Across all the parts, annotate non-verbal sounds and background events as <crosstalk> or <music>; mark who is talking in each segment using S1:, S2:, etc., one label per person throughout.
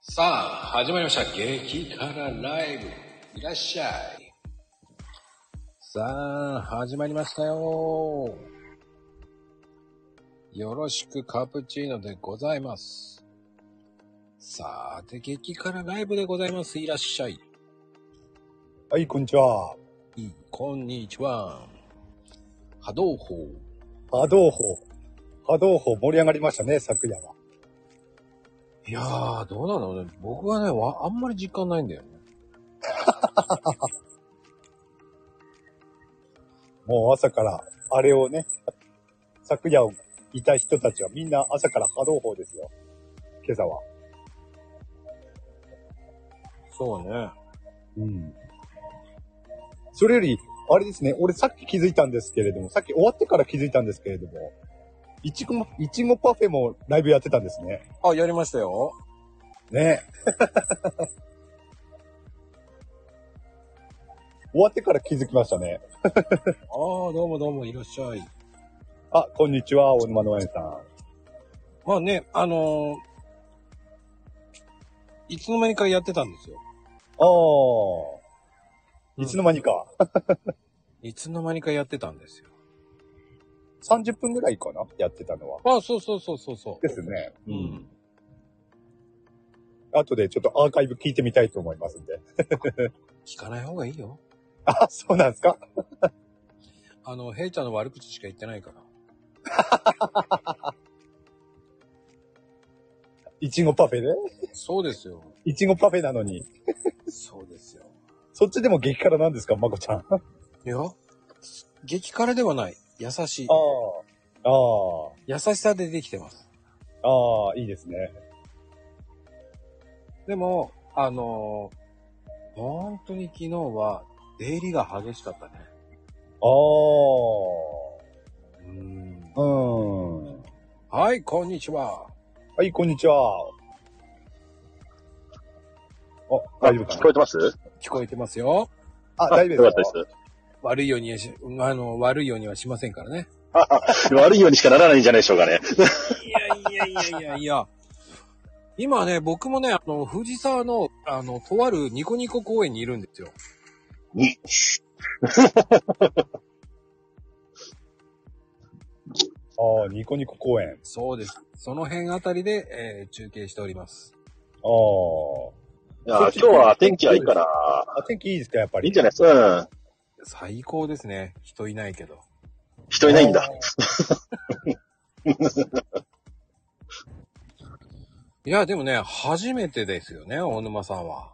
S1: さあ、始まりました。激辛ライブ。いらっしゃい。さあ、始まりましたよ。よろしくカプチーノでございます。さて、激辛ライブでございます。いらっしゃい。
S2: はい、こんにちは。
S1: こんにちは。波動砲。
S2: 波動砲。波動砲盛り上がりましたね、昨夜は。
S1: いやー、どうなのね。僕はね、わあんまり実感ないんだよね。
S2: もう朝から、あれをね、昨夜いた人たちはみんな朝から波動砲ですよ。今朝は。
S1: そうね。
S2: うん。それより、あれですね、俺さっき気づいたんですけれども、さっき終わってから気づいたんですけれども、いちごも、いちごパフェもライブやってたんですね。
S1: あ、やりましたよ。
S2: ね。 <laughs> 終わってから気づきましたね。
S1: あー、どうもどうもいらっしゃい。
S2: あ、こんにちは、大沼のえさん。
S1: まあね、あのーいつの間にかやってたんですよ。
S2: ああ。いつの間にか、
S1: いつの間にかやってたんですよ。
S2: 30分ぐらいかなやってたのは。
S1: あ、そうそうそうそうそ
S2: ですね。
S1: う。うん。
S2: 後でちょっとアーカイブ聞いてみたいと思いますんで。
S1: 聞かない方がいいよ。
S2: あ、そうなんですか
S1: あの、ヘイちゃんの悪口しか言ってないから。
S2: いちごパフェね。
S1: そうですよ。
S2: いちごパフェなのに。
S1: そうですよ。
S2: そっちでも激辛なんですかまこち
S3: <laughs>
S2: ゃん。ああ。
S1: いや、激辛ではない。優しい。
S2: ああ。
S1: 優しさでできてます。
S2: ああ、いいですね。
S1: でも、あのー本当に昨日は、出入りが激しかったね。
S2: あ
S1: うん。
S2: あ。うん。
S1: はい、こんにちは。
S2: はい、こんにちは。あ、
S3: あ
S2: 大丈夫か
S3: 聞
S2: な
S3: こえてます
S1: 聞こえてますよ。
S2: あ、大丈夫
S3: よか
S2: で
S3: ったです
S2: よ。
S1: 悪いようにはし、あの、悪いようにはしませんからね。
S3: す。悪いようにしかならないんじゃないでしょうかね。
S1: いやいやいやいやいや。今ね、僕もね、あの、藤沢の、あの、とあるニコニコ公園にいるんですよ。
S3: に
S2: ああ、ニコニコ公園。
S1: そうです。その辺あたりで、えー中継しております。
S2: ああ
S3: いや今日は天気はいいから、。
S2: あ、天気いいですかやっぱり。
S3: いいんじゃないですか。うん。
S1: 最高ですね。人いないけど。
S3: 人いないんだ。
S1: いや、でもね、初めてですよね、大沼さんは。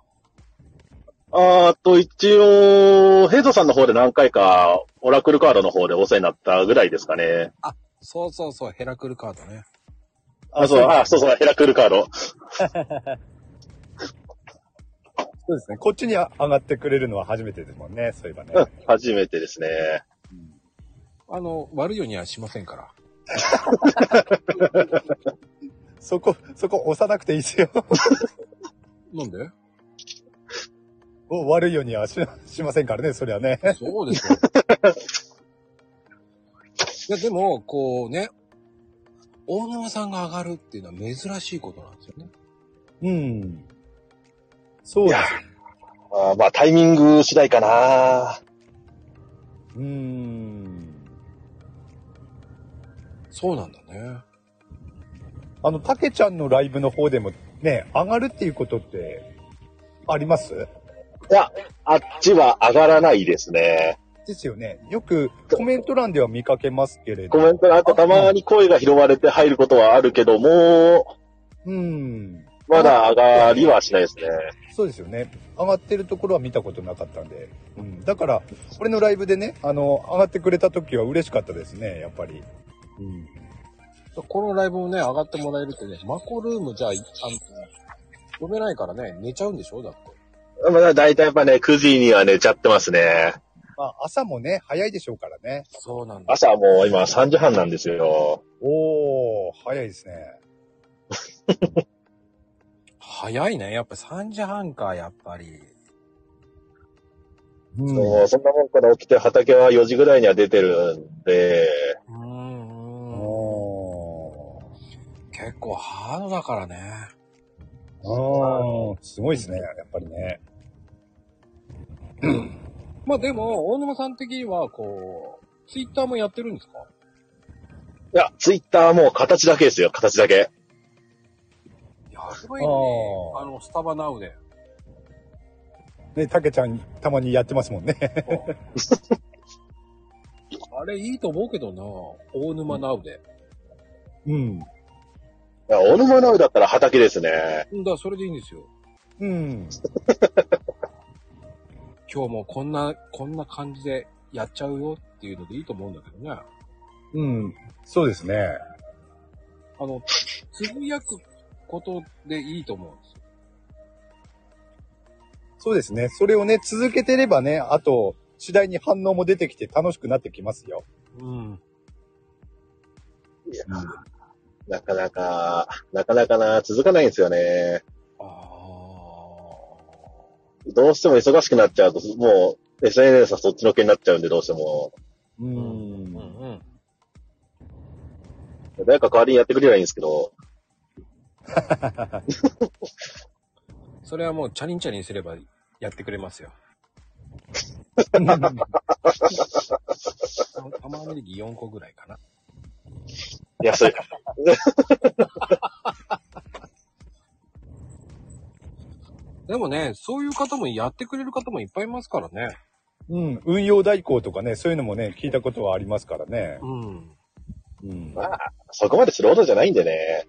S3: あーっと、一応、ヘイトさんの方で何回か、オラクルカードの方でお世話になったぐらいですかね。
S1: そうそうそう、ヘラクルカードね。
S3: あ、そう、あ、そうそう、ヘラクルカード。
S2: そうですね。こっちにあ上がってくれるのは初めてですもんね。そういえばね。
S3: うん、初めてですね。
S1: あの、悪いようにはしませんから。
S2: そこ、そこ押さなくていいですよ。 <laughs>
S1: なんで
S2: もう悪いようにはししませんからね、それはね。
S1: そうですよ。いや、でも、こうね、大沼さんが上がるっていうのは珍しいことなんですよね。
S2: うん。そうです。
S3: あーまあ、タイミング次第かな。
S2: うん。
S1: そうなんだね。
S2: あの、たけちゃんのライブの方でもね、上がるっていうことって、あります
S3: いや、あっちは上がらないですね。
S2: ですよね。よくコメント欄では見かけますけれど。
S3: コメントの後、たまに声が拾われて入ることはあるけども、
S2: うん。
S3: まだ上がりはしないですね。
S2: そうですよね。上がってるところは見たことなかったんで。うん。だから、俺のライブでね、あの、上がってくれた時は嬉しかったですね、やっぱり。うん。
S1: このライブもね、上がってもらえるってね、マコルームじゃ、あの、呼べないからね、寝ちゃうんでしょだって。
S3: まあ、だいたいやっぱね、9時には寝ちゃってますね。
S2: まあ、朝もね、早いでしょうからね。
S1: そうなんだ。
S3: 朝はもう今3時半なんですよ。
S2: おー、早いですね。
S1: 早いね。やっぱ3時半か、やっぱり。
S2: うん
S3: もうそんなもんから起きて畑は4時ぐらいには出てるんで、
S1: うーん。
S2: おー
S1: 結構ハードだからね。
S2: ああ、すごいですね、やっぱりね。
S1: まあでも、大沼さん的には、こう、ツイッターもやってるんですか
S3: いや、ツイッターもう形だけですよ、形だけ。
S1: いや、すごいね
S2: あ。ー
S1: あの、スタバナウで。
S2: ね、たけちゃん、たまにやってますもんね。
S1: あれ、いいと思うけどな。大沼ナウで。
S2: <laughs> うん。
S3: いや、オルマナウだったら畑ですね。
S1: うん、だからそれでいいんですよ。
S2: うん。
S1: 今日もこんな、こんな感じでやっちゃうよっていうのでいいと思うんだけどね。
S2: うん。そうですね。
S1: あ <laughs> の、つぶやくことでいいと思うんですよ。
S2: そうですね。それをね、続けてればね、あと、次第に反応も出てきて楽しくなってきますよ。
S1: うん。
S3: なかなか、なかなかな、続かないんですよね。
S1: ああ。
S3: どうしても忙しくなっちゃうと、もう、SNS はそっちのけになっちゃうんで、どうしても。
S2: う。
S1: うんん
S3: 誰か代わりにやってくれればいいんですけど、
S1: それはもうチャリンチャリンすればやってくれますよ。玉ねぎ4個ぐらいかな。
S3: いや、それ、
S1: でもね、そういう方もやってくれる方もいっぱいいますからね。
S2: うん。運用代行とかね、そういうのもね、聞いたことはありますからね。
S1: うん。
S2: うん。
S3: そこまでするほどじゃないんでね。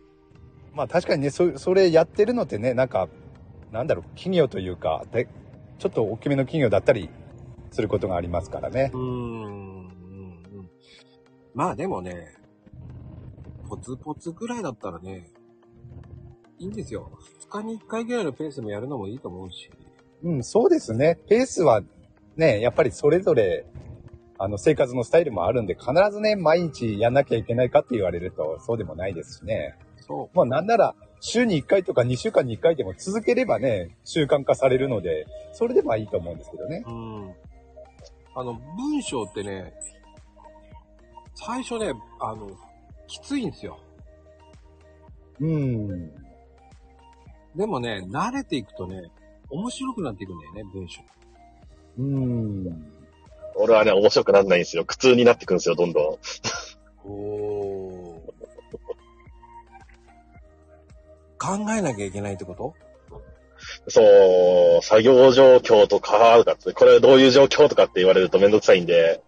S2: まあ確かにね、そそれやってるのってね、なんか、なんだろう、企業というか、で、ちょっと大きめの企業だったりすることがありますからね
S1: う。ん。うんまあでもね、ポツポツぐらいだったらね、いいんですよ。2日に1回ぐらいのペースでもやるのもいいと思うし。
S2: うん、そうですね。ペースはね、やっぱりそれぞれ、あの、生活のスタイルもあるんで、必ずね、毎日やんなきゃいけないかって言われると、そうでもないですしね。
S1: そ
S2: まあなんなら、週に1回とか2週間に1回でも続ければね、習慣化されるので、それでまあいいと思うんですけどね。
S1: う。うん。あの、文章ってね、最初ね、あの、きついんですよ。
S2: うん。
S1: でもね、慣れていくとね、面白くなっていくんだよね、文章。
S2: うん。
S3: 俺はね、面白くなんないんですよ。苦痛になってくんですよ、どんどん。
S1: おー。考えなきゃいけないってこと
S3: そう、作業状況とか、とかって、これどういう状況とかって言われるとめんどくさいんで。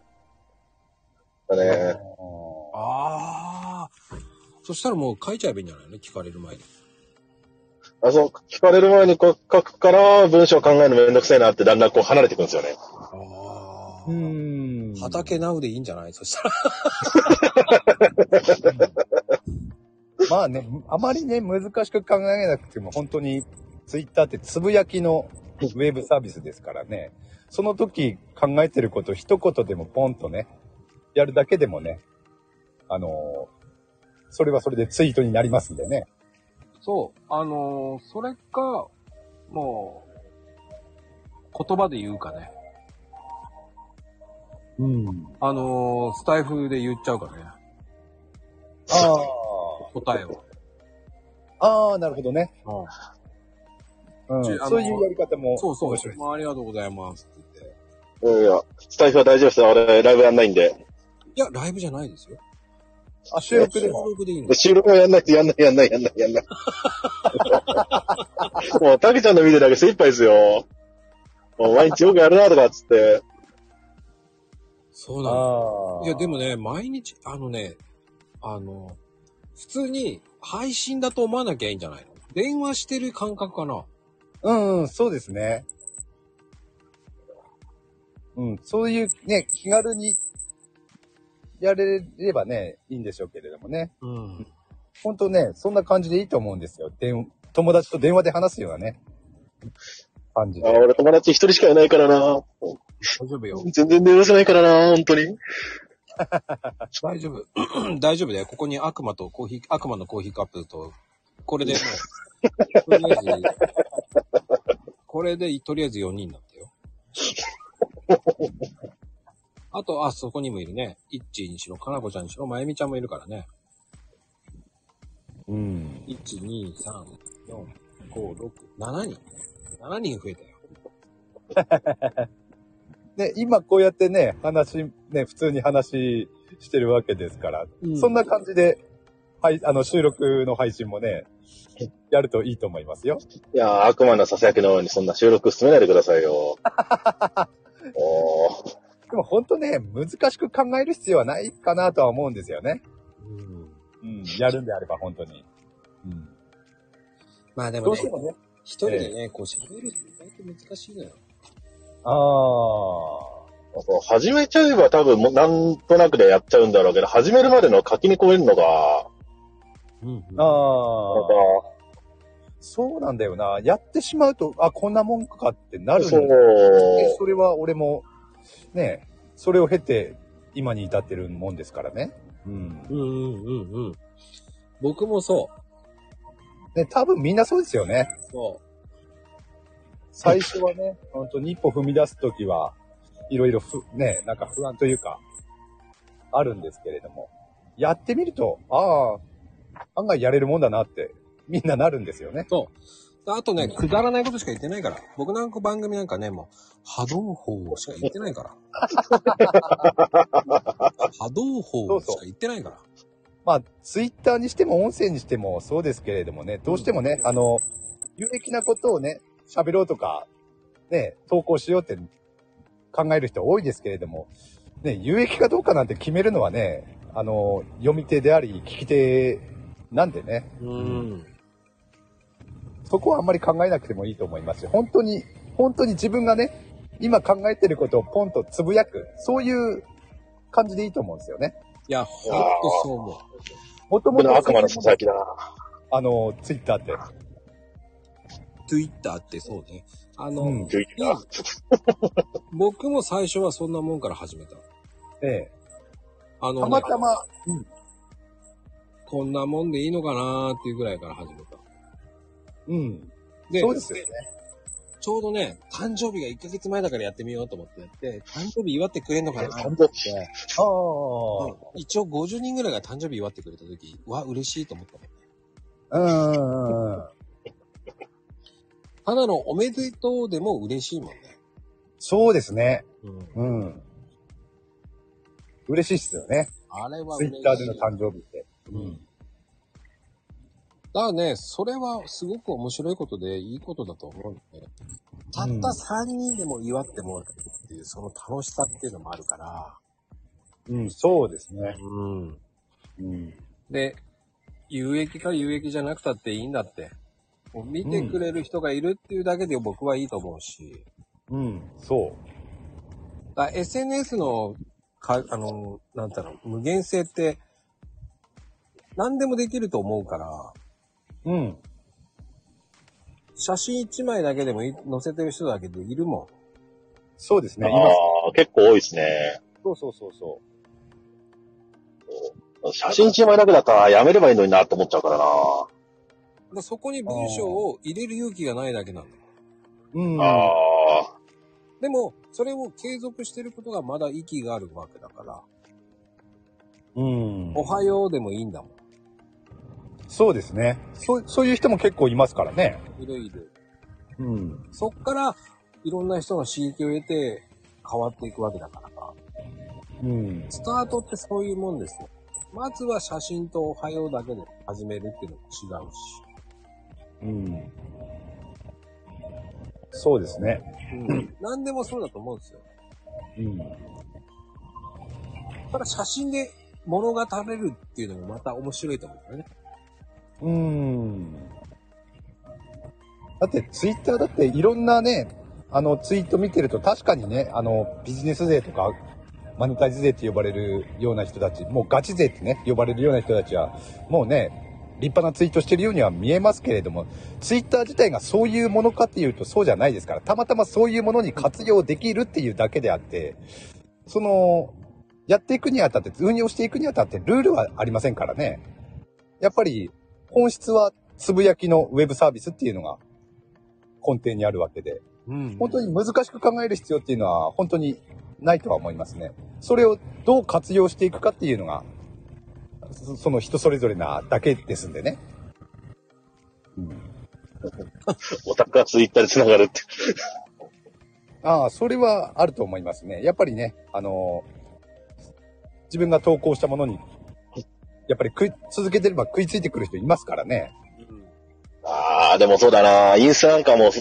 S3: だね、
S1: あー。そしたらもう書いちゃえばいいんじゃないの聞かれる前に。
S3: あそう、聞かれる前にこう書くから、文章考えるのめんどくさいなってだんだんこう離れてくんですよね。
S1: あ
S2: う。ん。
S1: 畑ナウでいいんじゃないそしたら。
S2: まあね、あまりね、難しく考えなくても、本当に、ツイッターってつぶやきのウェブサービスですからね、その時考えてること一言でもポンとね、やるだけでもね、あのーそれはそれでツイートになりますんでね。
S1: <laughs> そう。あのーそれか、もう、言葉で言うかね。
S2: うん。
S1: あのースタイフで言っちゃうかね。
S2: あ
S1: 答えを。
S2: あ、ああ、なるほどね。
S1: うん
S2: うん、
S1: ちあのー
S2: そういうやり方も
S1: そうそう。
S2: 面
S1: い
S2: 白い
S1: つ
S2: です。
S1: もありがとうございますって言って。
S3: いやいや、スタイフは大丈夫ですよ。俺、ライブやんないんで。
S1: いや、ライブじゃないですよ。
S2: あ、収録
S1: 収
S2: でも。
S1: 録でいいん
S3: で
S1: です。
S3: 収録はやんないとやんないやんないやんないやん <laughs> ない。もう、たけちゃんの見てるだけ精一杯ですよ。もう毎日よくやるなとかっつって。
S1: そうなんです。
S2: ああ。
S1: いや、でもね、毎日、あのね、あの、普通に配信だと思わなきゃいいんじゃないの電話してる感覚かな
S2: うん、うん、そうですね。うん、そういうね、気軽にやれればね、いいんでしょうけれどもね。
S1: うん。
S2: ほんとね、そんな感じでいいと思うんですよ。電友達と電話で話すようなね、感じ
S3: あ
S2: で。
S3: 俺友達一人しかいないからな。
S1: 大丈夫よ。
S3: 全然寝るせないからな、本当に。
S1: 大丈夫。 <clears throat> 大丈夫だよ。ここに悪魔とコーヒー、悪魔のコーヒーカップと、これでも <laughs> う、とりあえず、これでとりあえず4人なんだよ。 <laughs> あと、あ、そこにもいるね。イッチーにしろ、かなこちゃんにしろ、まゆみちゃんもいるからね。
S2: うん。
S1: 1、2、3、4、 5、6、7人。7人増えたよ。
S2: ね、今こうやってね、話、ね、普通に話してるわけですから、
S1: うん
S2: そんな感じで、はい、あの、収録の配信もね、やるといいと思いますよ。
S3: いやー、悪魔のささやきのようにそんな収録進めないでくださいよ。おー
S2: でも本当ね、難しく考える必要はないかなとは思うんですよね。
S1: うん。
S2: うん、やるんであれば本当に。うん。
S1: まあで
S2: ど
S1: も
S2: う
S1: ね
S2: して、もね。
S1: 一人でね、こう喋るって意外と難しいのよ。
S2: ああ。
S3: そう始めちゃえば多分もうなんとなくでやっちゃうんだろうけど、始めるまでの書きに込めるのが、
S1: うん、うん。
S2: あ
S3: なん
S2: あ
S3: か、、
S2: そうなんだよな。やってしまうと、あ、こんなもんかってなるんだ
S3: そ
S2: よ
S3: う
S2: ね。それは俺も、ね、それを経て、今に至ってるもんですからね。うん。
S1: うんうんうんうん。僕もそ
S2: ね、多分みんなそうですよね。
S1: う。そ
S2: 最初はね、本当に一歩踏み出すときは、いろいろふ、ね、なんか不安というか、あるんですけれども、やってみると、ああ、案外やれるもんだなって、みんななるんですよね
S1: う。。そう。あとね、くだらないことしか言ってないから。僕なんか番組なんかね、もう、波動法しか言ってない
S2: <laughs>
S1: から。波動法しか言ってないから。
S2: まあ、ツイッターにしても音声にしてもそうですけれどもね、どうしてもね、あの、有益なことをね、喋ろうとか、ね、投稿しようって考える人多いですけれども、ね、有益かどうかなんて決めるのはね、あの、読み手であり、聞き手なんでね、
S1: うん。
S2: そこはあんまり考えなくてもいいと思いますし、本当に、本当に自分がね、今考えてることをポンとつぶやく、そういう感じでいいと思うんですよね。
S1: いや、ほんとそう思う。
S2: もとも
S3: 僕
S2: と
S3: の悪魔のささやきだな。
S2: あの、ツイッターって。
S1: Twitter ってそうね。あの、
S2: うん
S3: 11だ
S1: 僕も最初はそんなもんから始めた。
S2: ええ。
S1: あの、
S2: たまたま、
S1: こんなもんでいいのかなーっていうぐらいから始めた。
S2: うん。
S1: で、
S2: そうですよね。
S1: ちょうどね、誕生日が1ヶ月前だからやってみようと思ってやって、誕生日祝ってくれんのかなと思って、
S2: ああ、
S1: うん一応50人ぐらいが誕生日祝ってくれた時、うわ、嬉しいと思ったもん。
S2: うんうんうんうん。
S1: ただのおめでとうでも嬉しいもんね。
S2: そうですね。
S1: うん。
S2: うん。嬉しいっすよね。
S1: あれは
S2: ツイ
S1: 嬉
S2: ッター
S1: し
S2: で
S1: い
S2: の。誕生日って。
S1: うん。だからね、それはすごく面白いことでいいことだと思うんで、たった3人でも祝ってもらうっていう、その楽しさっていうのもあるから、
S2: うん、そうですね。
S1: うん。
S2: うん。
S1: で、有益か有益じゃなくたっていいんだって。もう見てくれる人がいるっていうだけで僕はいいと思うし、
S2: うん、そう。
S1: だから SNS の、か、あの、なんだろうの、無限性って、何でもできると思うから、
S2: うん。
S1: 写真1枚だけでもい載せてる人だけでいるも
S2: そうですね。今、
S3: あー結構多いですね。
S2: そうそうそうそ
S3: 写真一枚だけだったらやめればいいのになと思っちゃうからな。
S1: ん。だからそこに文章を入れる勇気がないだけなんだよ。
S2: う。うん。
S3: ああ、
S1: でも、それを継続してることがまだ息があるわけだから、
S2: うん
S1: おはようでもいいんだも
S2: そうですね。そう、そういう人も結構いますからね。
S1: ん。いろいろ。
S2: うん。
S1: そっから、いろんな人の刺激を得て変わっていくわけだからさ。
S2: うん。
S1: スタートってそういうもんですよ。まずは写真とおはようだけで始めるっていうのも違うし。
S2: うん。そうですね。
S1: うん。何でもそうだと思うんですよ。
S2: うん。
S1: ただ写真で物が食べるっていうのもまた面白いと思うんだよね。
S2: うーん。だって、ツイッターだっていろんなね、あの、ツイート見てると確かにね、あの、ビジネス税とか、マネタイズ税って呼ばれるような人たち、もうガチ税ってね、呼ばれるような人たちは、もうね、立派なツイートしてるようには見えますけれども、ツイッター自体がそういうものかっていうとそうじゃないですから、たまたまそういうものに活用できるっていうだけであって、その、やっていくにあたって、運用していくにあたって、ルールはありませんからね。やっぱり、本質はつぶやきのウェブサービスっていうのが根底にあるわけで、
S1: うん
S2: 本当に難しく考える必要っていうのは本当にないとは思いますね。それをどう活用していくかっていうのが、そその人それぞれなだけですんでね。
S3: オタクがツイッターで繋がるって。
S2: ああ、それはあると思いますね。やっぱりね、あの自分が投稿したものに、やっぱり食い、続けてれば食いついてくる人いますからね。
S3: ああ、でもそうだな。インスタなんかも、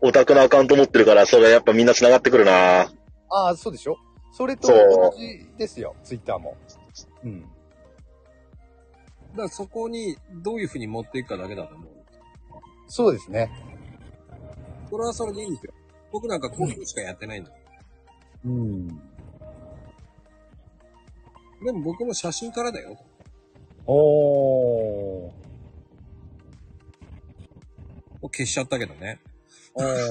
S3: オタクのアカウント持ってるから、それやっぱみんな繋がってくるな。
S2: ああ、そうでしょそれと
S3: そう
S2: 同じですよ、ツイッターも。うん。
S1: だからそこにどういう風に持っていくかだけだと思う。
S2: そうですね。
S1: それはそれでいいんですよ。僕なんかこういうのしかやってないんだ。
S2: うん。
S1: でも僕も写真からだよ。
S2: おー。
S1: もう消しちゃったけどね。
S2: おー。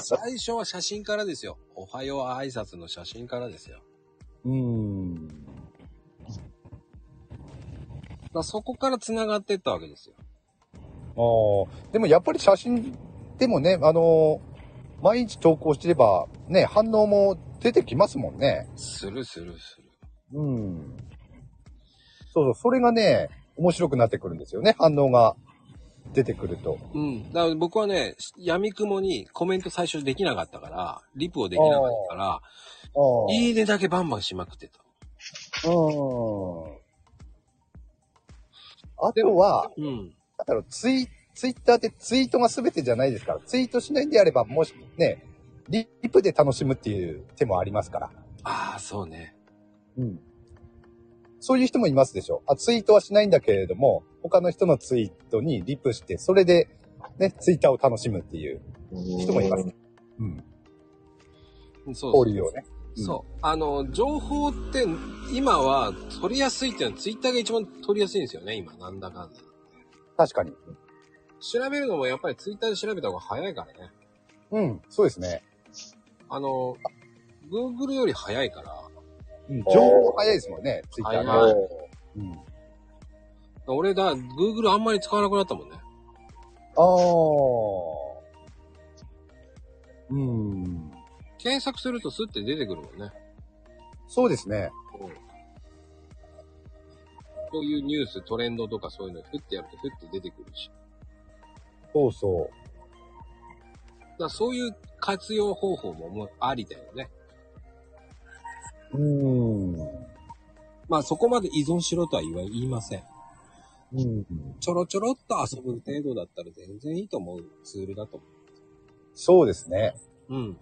S1: 最初は写真からですよ。おはよう挨拶の写真からですよ。
S2: うん。
S1: だからそこから繋がってったわけですよ。
S2: あーでもやっぱり写真でもね、あのー毎日投稿してれば、ね、反応も出てきますもんね。
S1: するするする。
S2: うん。そうそう、それがね、面白くなってくるんですよね、反応が出てくると。
S1: うん。だから僕はね、闇雲にコメント最初できなかったから、リプをできなかったから、
S2: あ
S1: いいねだけバンバンしまくってた。
S2: あ。うん。あとは、
S1: うん。
S2: なんだろう、ツイ、ツイッターってツイートが全てじゃないですから、ツイートしないんであれば、もしね、リリプで楽しむっていう手もありますから。
S1: ああ、そうね。
S2: うん。そういう人もいますでしょ。あ、ツイートはしないんだけれども、他の人のツイートにリプして、それで、ね、ツイッターを楽しむっていう人もいます。うん。
S1: そうそう
S2: 交流をね。うん
S1: そう。あの、情報って、今は取りやすいっていうのは、ツイッターが一番取りやすいんですよね、今、なんだかんだ。
S2: 確かに。
S1: 調べるのもやっぱりツイッターで調べた方が早いからね。
S2: うん。そうですね。
S1: あの、Google より早いから、
S2: うん。情報早いですもんね、ツイッター
S1: 早
S2: が。
S1: い
S2: うん。
S1: 俺だ、Google あんまり使わなくなったもんね。
S2: あー。うん。
S1: 検索するとスッて出てくるもんね。
S2: そうですね。
S1: こういうニュース、トレンドとかそういうの、ふってやるとふって出てくるし。
S2: そうそ
S1: だ
S2: う。
S1: からそういう活用方法ももうありだよね。
S2: うーん。
S1: まあそこまで依存しろとは言わ言いません。
S2: うん。
S1: ちょろちょろっと遊ぶ程度だったら全然いいと思うツールだと思
S2: そうですね。
S1: う。うん。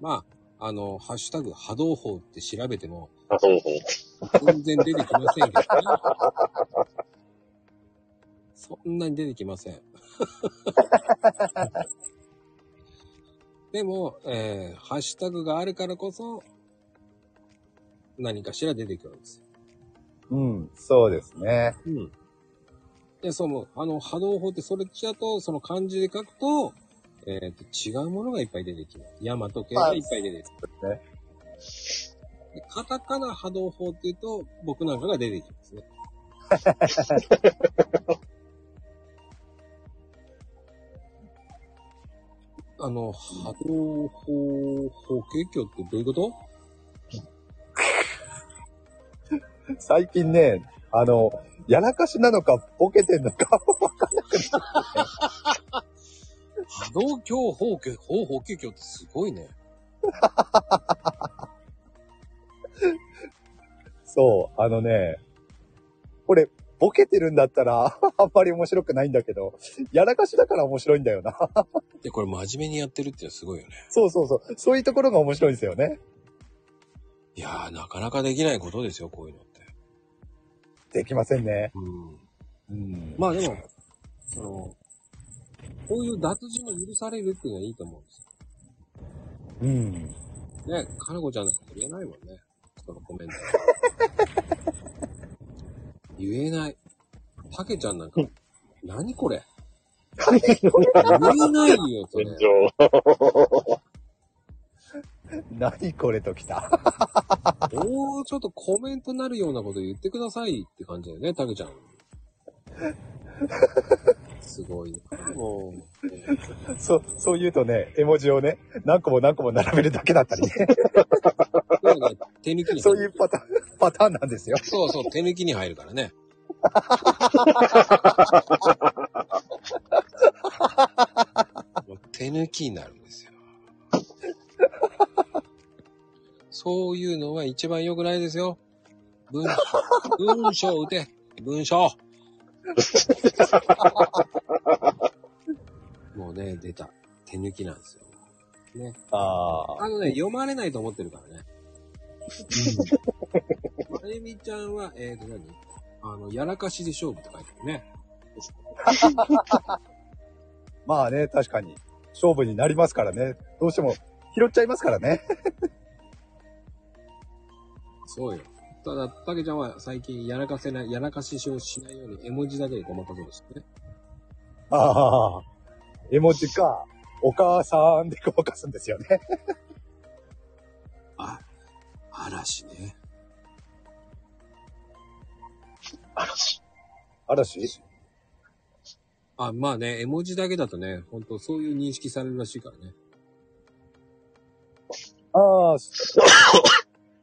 S1: まあ、あの、ハッシュタグ波動法って調べても
S3: あ、そうそう。
S1: 全然出てきませんけどね。 <laughs> そんなに出てきません。 <laughs> でも、えー、ハッシュタグがあるからこそ、何かしら出てくるんですよ。
S2: うん。そうですね。
S1: うん。いや、そう思う。あの、波動法ってそれだと、その漢字で書くと、えっ、と、違うものがいっぱい出てきます。山と系がいっぱい出てくる。
S2: ね
S1: でカタカナ波動法って言うと、僕なんかが出てき <laughs> ますね。あの、波動法、法華経ってどういうこと
S2: 最近ね、あの、やらかしなのか、ボケてんのか。
S1: 波動教法華、法法華経ってすごいね。
S2: そう、あのね、これ、ボケてるんだったら、 <laughs> あんまり面白くないんだけど、やらかしだから面白いんだよな。
S1: で、これ真面目にやってるってのはすごいよね。
S2: そうそうそう。そういうところが面白いんですよね。
S1: いやー、なかなかできないことですよ、こういうのって。
S2: できませんね。
S1: うん。
S2: うん。
S1: まあでも、その、こういう脱字も許されるっていうのはいいと思うんです
S2: うん。
S1: よ。ね、かなこちゃんなんか言えないもんね。そのコメント。 <laughs> 言えない。たけちゃんなんか、何これ言えないよ、それ
S3: 天。井。
S2: 何これときた。
S1: もうちょっとコメントなるようなこと言ってくださいって感じだよね、たけちゃ <laughs> ん。すごいな。もう。
S2: そう、そう言うとね、絵文字をね、何個も何個も並べるだけだったりね。
S1: だからね手抜きに入る
S2: そういうパターン、パターンなんですよ。
S1: そうそう、手抜きに入るからね。もう手抜きになるんですよ。そういうのは一番良くないですよ。文章、文章打て、文章。もうね、出た。手抜きなんですよ。ね。
S2: ああ。
S1: あのね、読まれないと思ってるからね。まゆみちゃんは、えーと、何あの、やらかしで勝負って書いてあるね。
S2: まあね、確かに。勝負になりますからね。どうしても拾っちゃいますからね。
S1: そうよ。ただ、たけちゃんは最近やらかせない、やらかしをしないように絵文字だけでごまかそうとしてね。
S2: ああ。絵文字か、お母さんでごまかすんですよね。
S1: あ、嵐ね。
S3: 嵐。
S2: 嵐
S1: あ、まあね、絵文字だけだとね、ほんとそういう認識されるらしいからね。
S2: ああ、す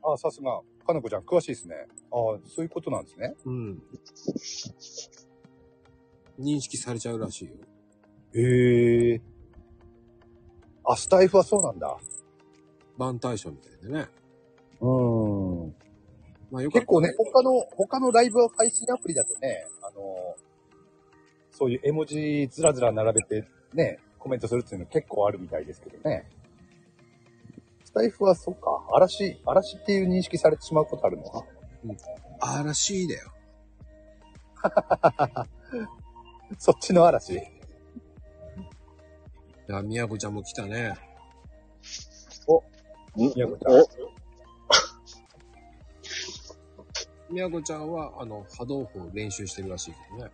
S2: ああ、さすが。かなこちゃん、詳しいですね。ああ、そういうことなんですね。
S1: うん。認識されちゃうらしいよ。
S2: へえ。あ、スタイフはそうなんだ。
S1: 万対象みたいでね。
S2: うん。
S1: まあよかっ
S2: 結
S1: た
S2: 構ね、他の、他のライブ配信アプリだとね、あの、そういう絵文字ずらずら並べてね、コメントするっていうの結構あるみたいですけどね。スタイフはそうか、嵐、嵐っていう認識されてしまうことある
S1: <laughs>
S2: のか。
S1: 嵐だよ。
S2: そっちの嵐。
S1: いや、みやこちゃんも来たね。
S3: ん
S2: 宮古ちゃん
S3: お、
S1: みやこちゃんは、あの、波動砲を練習してるらしいけどね。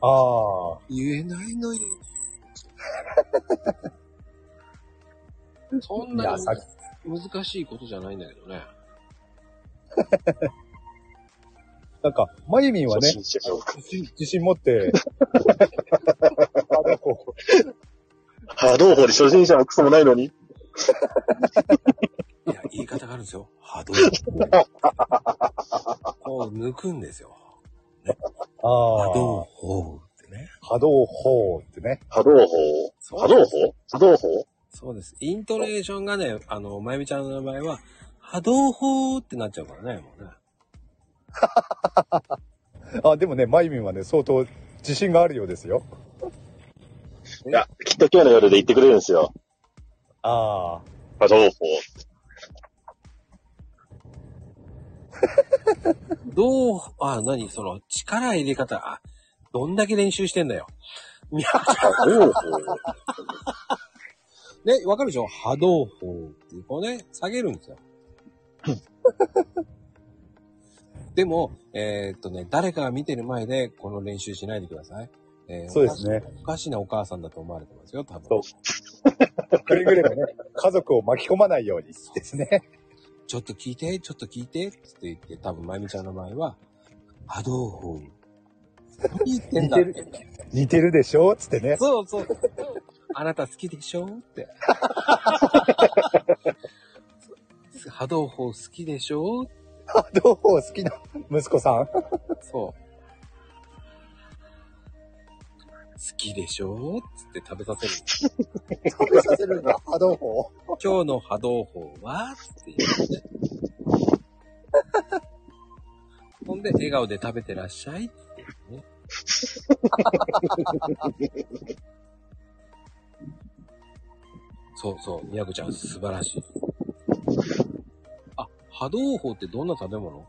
S2: ああ、
S1: 言えないのよ。そん
S2: い
S1: な
S2: や
S1: に
S2: さ
S1: 難しいことじゃないんだけどね。
S2: なんか、まゆみんはね、
S3: 初心者
S2: 自信自信
S1: <laughs>
S2: 持って、あのこ
S3: 波動砲に初心者はクソもないのに。
S1: いや、言い方があるんですよ。波動砲。こう抜くんですよ。
S2: うあ
S1: 波動
S2: あ、
S1: 砲ってね。
S2: 波動砲ってね。
S3: 波動砲。
S1: そう
S3: 波動砲波動砲
S1: そうです。イントネーションがね、あの、まゆみちゃんの場合は、波動砲ってなっちゃうからね、もうね。
S2: あ、でもね、まゆみんはね、相当自信があるようですよ。
S3: いや、きっと今日の夜で言ってくれるんですよ。
S2: ああ。
S3: 波動砲。
S1: どう、あ、何その、力入れ方、あ、どんだけ練習してんだよ。
S3: 波動砲。
S1: ね、わかるでしょ波動砲っていう、こうね、下げるん
S2: <laughs>
S1: ですよ。でも、えーっとね、誰かが見てる前で、この練習しないでください。えー
S2: そうですね。
S1: おかしなお母さんだと思われてますよ、多分。
S2: そうくれぐれもね、家族を巻き込まないようにですね。 <laughs>
S1: ちょっと聞いて、ちょっと聞いて、つって言って、多分、まゆみちゃんの場合は、波動砲。何言ってんだ
S2: 似て似てるでしょつっ
S1: <laughs>
S2: てね。
S1: そうそう。あなた好きでしょ
S2: <laughs>
S1: って。波動砲好きでしょ
S2: 波動砲好きな息子さん。
S1: <laughs> そう。好きでしょつって食べさせる。
S2: 食べさせるんだ、波動砲。
S1: 今日の波動砲はって言って、ね。 <laughs> ほんで、笑顔で食べてらっしゃいって言ってね。 <laughs> そうそう、みやこちゃん素晴らしい。あ、波動砲ってどんな食べ物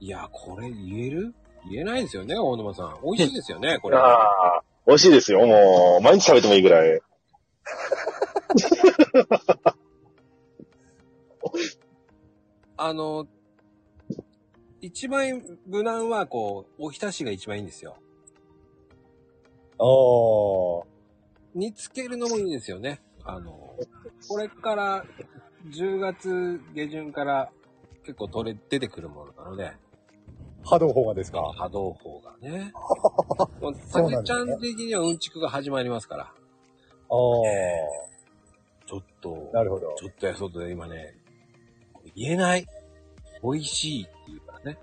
S1: いや、これ言える言えないですよね、大沼さん。美味しいですよね、これ。
S3: ああ、美味しいですよ。もう、毎日食べてもいいぐらい。
S1: あの、一番無難は、こう、おひたしが一番いいんですよ。
S2: おー。
S1: につけるのもいいんですよね。あの、これから、10月下旬から結構取れ、出てくるものなので、
S2: 波動砲がですか
S1: 波動砲が <laughs> ね。もう
S2: そ
S1: た
S2: うな
S1: け
S2: ん
S1: ち
S2: だ
S1: ゃ
S2: よね
S1: ん的にはうんちくが始まりますから。
S2: おー。
S1: ちょっと、
S2: なるほど。
S1: ちょっとやそう <laughs> とね今ね、言えない。美味しいって言うからね。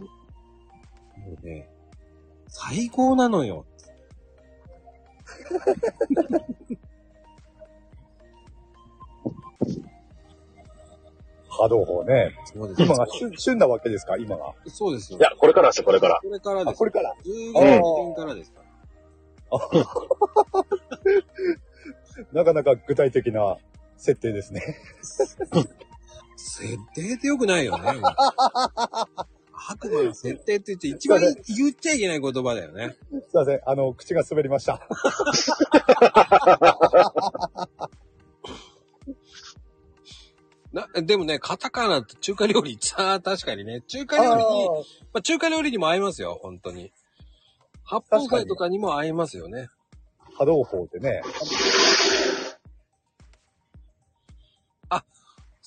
S1: もうね、最高なのよ。
S2: 波動砲ね。
S1: そうです
S2: 今が旬旬なわけですか今が。
S1: そうですよ
S3: い。や、これからですよ、これから。
S1: これから
S2: あ、
S1: です
S2: こ。れから。
S1: 10
S2: あ
S1: 月
S2: ー
S1: 分からですから。
S2: なかなか具体的な設定ですね。 <laughs>
S1: 設定って良くないよね。白馬の設定って言って一番言っちゃいけない言葉だよね。
S2: すいません。あの、口が滑りました。
S1: な、でもね、カタカナと中華料理、さあ、確かにね、中華
S2: あ
S1: 料
S2: あ
S1: 理に、まあ、中華料理にも合いますよ、本当に。八宝菜とかにも合いますよね。
S2: 波動砲ってね。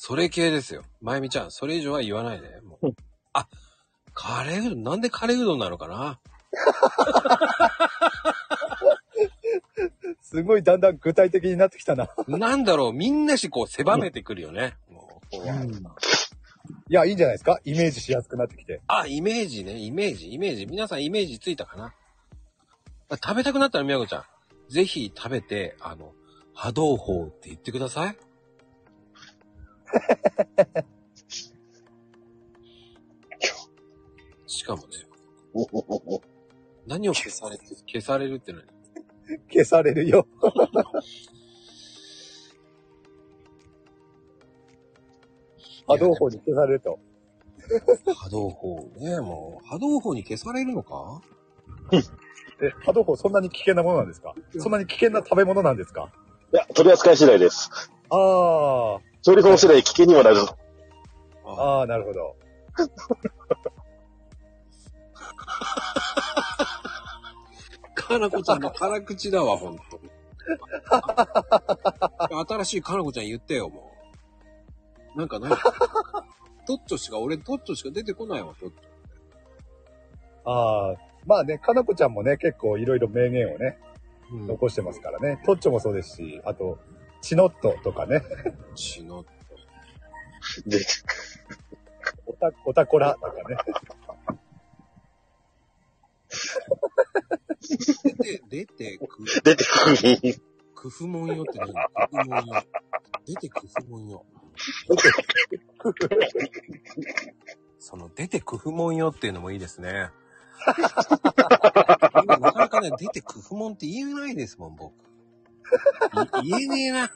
S1: それ系ですよ。まゆみちゃん、それ以上は言わないで。もうあ、カレーうどん、なんでカレーうどんなのかな
S2: すごいだんだん具体的になってきたな。
S1: なんだろう、みんなしこう狭めてくるよね。もうこう
S2: いや、いいんじゃないですかイメージしやすくなってきて。
S1: あ、イメージね、イメージ、イメージ。皆さんイメージついたかなあ食べたくなったら、みやこちゃん、ぜひ食べて、あの、波動砲って言ってください。しかもね、何を消されて、消されるってのに。
S2: 消されるよ。波動砲に消されると。
S1: 波動砲ね、もう、波動砲に消されるのか
S2: え、波動砲そんなに危険なものなんですかそんなに危険な食べ物なんですか
S3: いや、取り扱い次第です。
S2: あ
S3: 調理法次第危険にもなる。
S2: あ、ああ、なるほど。
S1: かなこちゃんの辛口だわ、ほんと。新しいかなこちゃん言ってよ、もう。なんかない。トッチョしか、俺トッチョしか出てこないわ、トッチョ。
S2: ああ、まあね、かなこちゃんもね、結構いろいろ名言をね、
S1: うん、
S2: 残してますからね。トッチョもそうですし、あと、チノットとかね、
S1: 血の、
S3: で
S2: オタ、オタコラとかね。 <laughs>
S1: 出て、出てく、
S3: 出てくる。
S1: くふもんよって何くふもんよ。出てくふもんよ。その、出てくふもんよっていうのもいいですね。今なかなかね、出てくふもんって言えないですもん、僕。い言えねえな。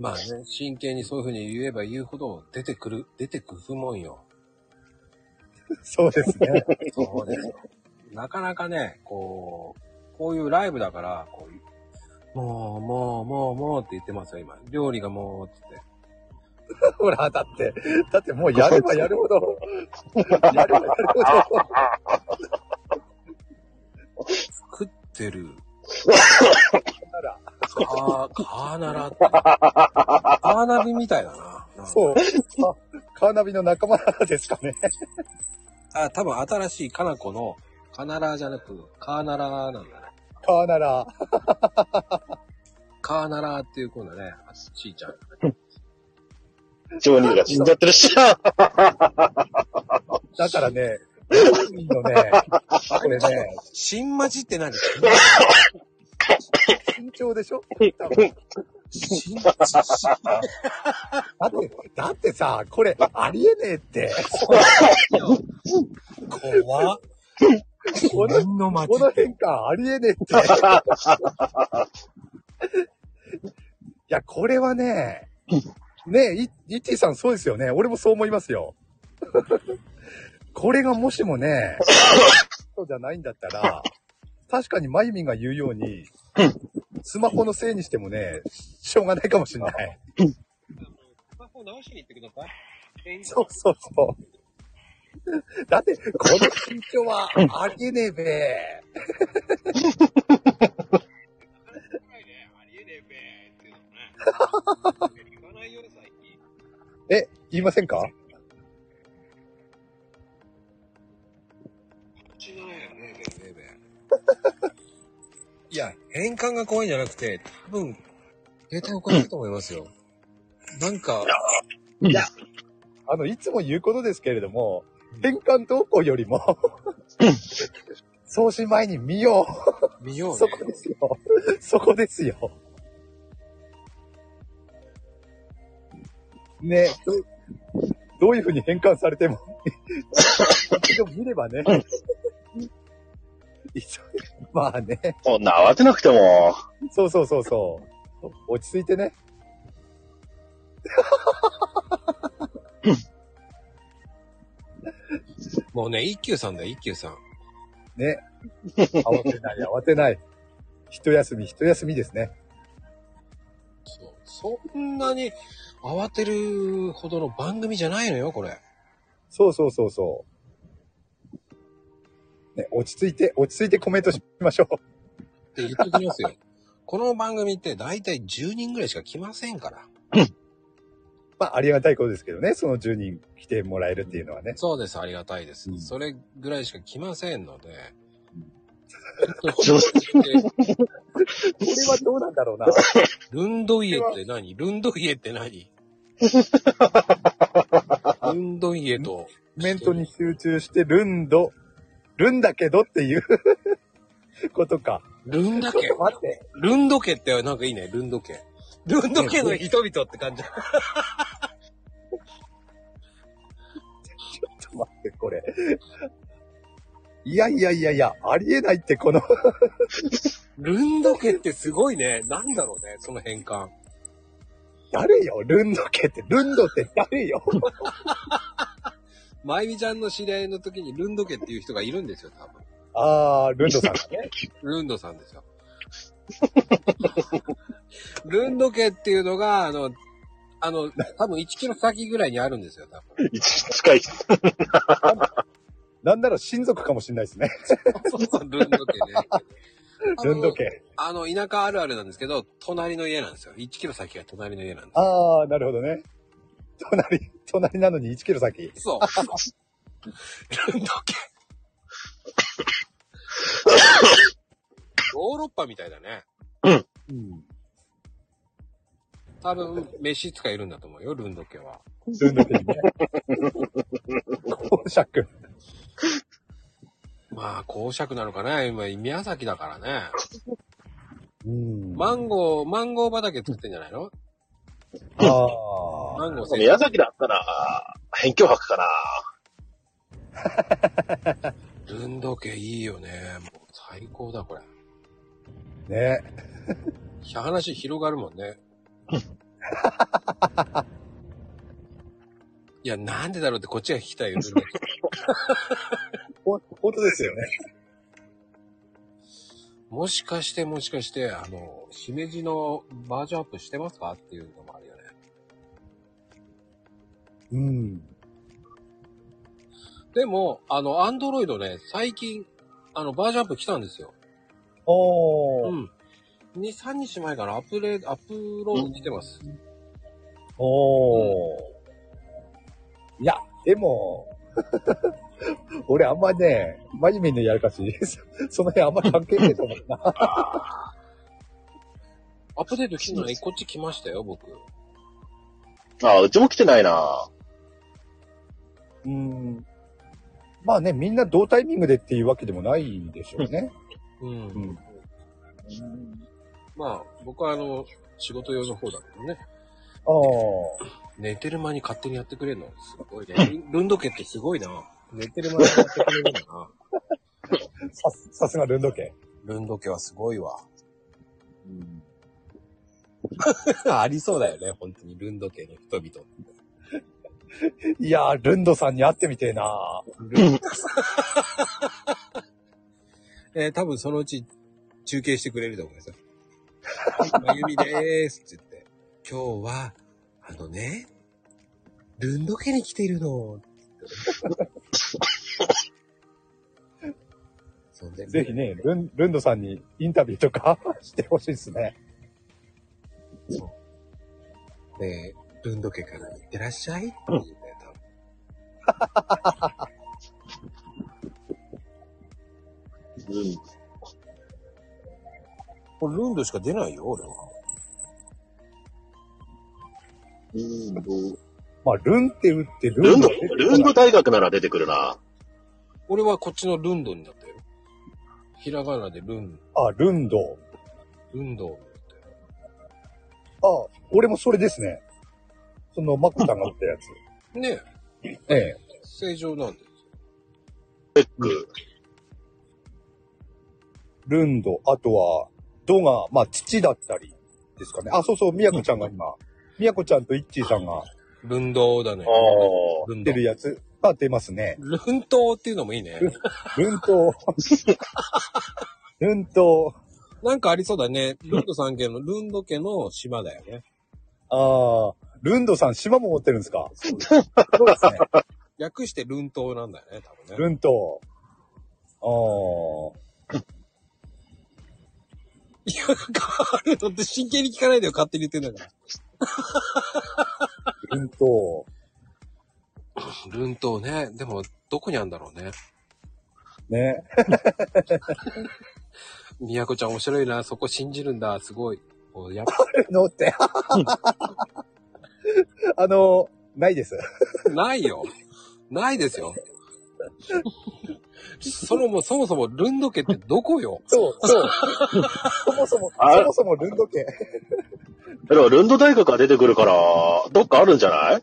S1: まあね、真剣にそういうふうに言えば言うほど出てくる、出てくふもんよ。
S2: そうですね。
S1: そうですよ。 <laughs> なかなかね、こう、こういうライブだから、こういうもう、もう、もう、もうって言ってますよ、今。料理がもう、って言って。
S2: ほら、だって、だってもうやればやるほど、やればやるほど、
S1: 食って
S2: <laughs>
S1: る。
S2: なら、
S1: カー、カーナラって。カーナビみたいだな。う。
S2: そう、あ <laughs> カーナビの仲間ですかね。
S1: あ、多分新しいカナコの、カナラじゃなく、カーナラなんだね。
S2: カーナラ、
S1: カーナラっていう子だね。しーちゃん。
S3: 超人が死んじゃってるし。
S2: だからね、いいのね、これ <laughs> ね、
S1: 新町って何
S2: 慎重でしょ多分
S1: 新町
S2: だって、だってさ、これ、ありえねえって。
S1: 怖っ。
S2: この、
S1: 何の町
S2: この変化ありえねえって。いや、これはね、ねえ、いイッティさんそうですよね。俺もそう思いますよ。これがもしもね、そうじゃないんだったら、確かにまゆみんが言うように、スマホのせいにしてもね、しょうがないかもしれない。
S1: スマホ直しに行ってください。
S2: そうそうそう。だって、この緊張はありえねえべ。
S1: ありえねえべーっていうのね。言わないよ、最近。
S2: え、言いませんか
S1: 口がねえべーべーべー。いや、変換が怖いんじゃなくて、多分、携帯おかしいと思いますよ。なんか、
S3: いや、
S2: あの、いつも言うことですけれども、変換投稿よりも、送信前に見よ
S1: 見よう
S2: う。
S1: ね。
S2: そこですよ。そこですよ。ねどうどういうふうに変換されても、一度見ればね。一応まあね。
S3: そんな慌てなくても、
S2: そうそうそうそう。落ち着いてね。
S1: もうね、一休さんだよ、一休さん。
S2: ね。慌てない、慌てない。一休み、一休みですね。
S1: そうそんなに慌てるほどの番組じゃないのよ、これ。
S2: そうそうそうそう。ね、落ち着いて、落ち着いてコメントしましょう。 <laughs>
S1: って言っときますよ。この番組って大体10人ぐらいしか来ませんから。
S2: まあ、ありがたいことですけどね、その10人来てもらえるっていうのは
S1: <laughs>
S2: ね。
S1: そうです、ありがたいです。
S2: うん
S1: それぐらいしか来ませんので。
S3: ちょっ
S2: これはどうなんだろうな。
S1: ルンドイエって何 <laughs> ルンドイエって何ルンドイエと。
S2: コメントに集中して、ルンド、ルンだけどっていう <laughs> ことか。
S1: ルンだ
S2: ちょっ
S1: け
S2: と待って。
S1: ルンド家ってなんかいいね、ルンド家。ルンド家の人々って感じ。
S2: ちょっと待って、これ。いやいやいやいや、ありえないって、この、 <laughs>
S1: ルンド家ってすごいね。なんだろうね、その変換。
S2: 誰よ、ルンド家って、ルンドって誰よ。
S1: まゆみちゃんの知り合いの時にルンド家っていう人がいるんですよ、多分。
S2: あー、ルンドさんがね。
S1: ルンドさんですよ。ルンド家っていうのが、あの、あの、多分1キロ先ぐらいにあるんですよ、多
S3: <laughs>
S1: 分。
S3: 一近い。
S2: なんなら親族かもしれないですね。
S1: そうそう、ルンド家ね。
S2: ルンド家。
S1: あの、田舎あるあるなんですけど、隣の家なんですよ。1キロ先が隣の家なんですよ。
S2: ああ、なるほどね。隣、隣なのに1キロ先。
S1: そう。ルンド家。ヨーロッパみたいだね。
S2: うん。
S1: 多分、飯使いるんだと思うよ、ルンド家は。
S2: ルンド家にね。公爵。
S1: まあ、公爵なのかね。今、宮崎だからね。
S2: うん
S1: マンゴー、マンゴー畑作ってんじゃないのマ
S2: ああ。
S1: ンゴー生
S3: 宮崎だったら、辺境博かな。
S1: ルンド家いいよね。もう最高だ、これ。
S2: ね。
S1: 話広がるもん <laughs> ね。いや、なんでだろうってこっちが聞きたいよ。ルンド家
S2: ほ、本当ですよね。
S1: もしかして、もしかして、あの、姫路のバージョンアップしてますかっていうのもあるよね。
S2: うん。
S1: でも、あの、アンドロイドね、最近、あの、バージョンアップ来たんですよ。
S2: お
S1: う
S2: ー。
S1: ん。2、3日前からアップレ、アップロード来てます。
S2: おー。いや、でも、 <laughs> 俺あんまね、真面目にやるかし、 <laughs> そその辺あんま関係ねえと思うな。
S1: アップデート来てないこっち来ましたよ、僕。
S3: あーうちも来てないな。
S2: うん。まあね、みんな同タイミングでっていうわけでもないでしょうね。
S1: うん。
S2: うん。
S1: まあ、僕はあの、仕事用の方だけどね。
S2: ああ。
S1: 寝てる間に勝手にやってくれるの。すごいね。ルンド家ってすごいな。寝てる間にやってくれるんだな。
S2: さす、さすがルンド家。
S1: <laughs> ルンド家はすごいわ。 <laughs> ありそうだよね、本当に、ルンド家の人々。
S2: いやー、ルンドさんに会ってみてえな
S1: えー多分そのうち中継してくれると思いますよ。まゆみでーすって言って。今日は、あのね、ルンド家に来てるの。 <laughs> そんで
S2: ぜひね、ルン、ルンドさんにインタビューとか <laughs> してほしいですね。
S1: ねルンド家から行ってらっしゃいって言うね、多分。
S3: うん。
S1: これルンドしか出ないよ、俺は。
S3: ルンド。
S2: まあ、ルンって打ってル
S3: ルン
S2: ン
S3: ド
S2: ド。
S3: ルンド大学なら出てくるな。
S1: 俺はこっちのルンドになったよ。ひらがなでルン、
S2: あ、ルンド。
S1: ルンド。
S2: あ、俺もそれですね。その、マコさんが打ったやつ。
S1: ね
S2: ええ。
S1: え、正常なんですよ。
S3: ペック。
S2: ルンド、あとは、ドが、まあ、土だったりですかね。あ、そうそう、みやこちゃんが今、みやこちゃんとイッチーさんが
S1: ルンドだね。
S3: ああ。
S1: ルン
S2: 出
S1: ド。
S2: てる
S1: ル
S2: やつが出ますね。
S1: ントっていうのもいい <laughs> ね。
S2: ルン
S3: <laughs>
S2: ト。ルント。
S1: なんかありそうだね。ルンド三家の、ルンド家の島だよね。
S2: ああ、ルンドさん、島も持ってるんですかそうですね。
S1: 略してルントなんだよね、多分ね。
S2: ルント。あ
S1: いや、変わるのって真剣に聞かないでよ、勝手に言ってんだから。
S2: あ、ルント。
S1: ルントね。でも、どこにあるんだろうね。
S2: ね。
S1: みやこちゃん面白いな。そこ信じるんだ。すごい。もうやっ
S2: のって。 <laughs> あの、ないです。
S1: ぱ、 <laughs> ないよ。ないですよ。そもそも、そもそも、ルンド家ってどこよ
S2: そう、そう。そもそも、
S3: あ
S2: そもそもルンド家。
S3: でもルンド大学が出てくるから、どっかあるんじゃない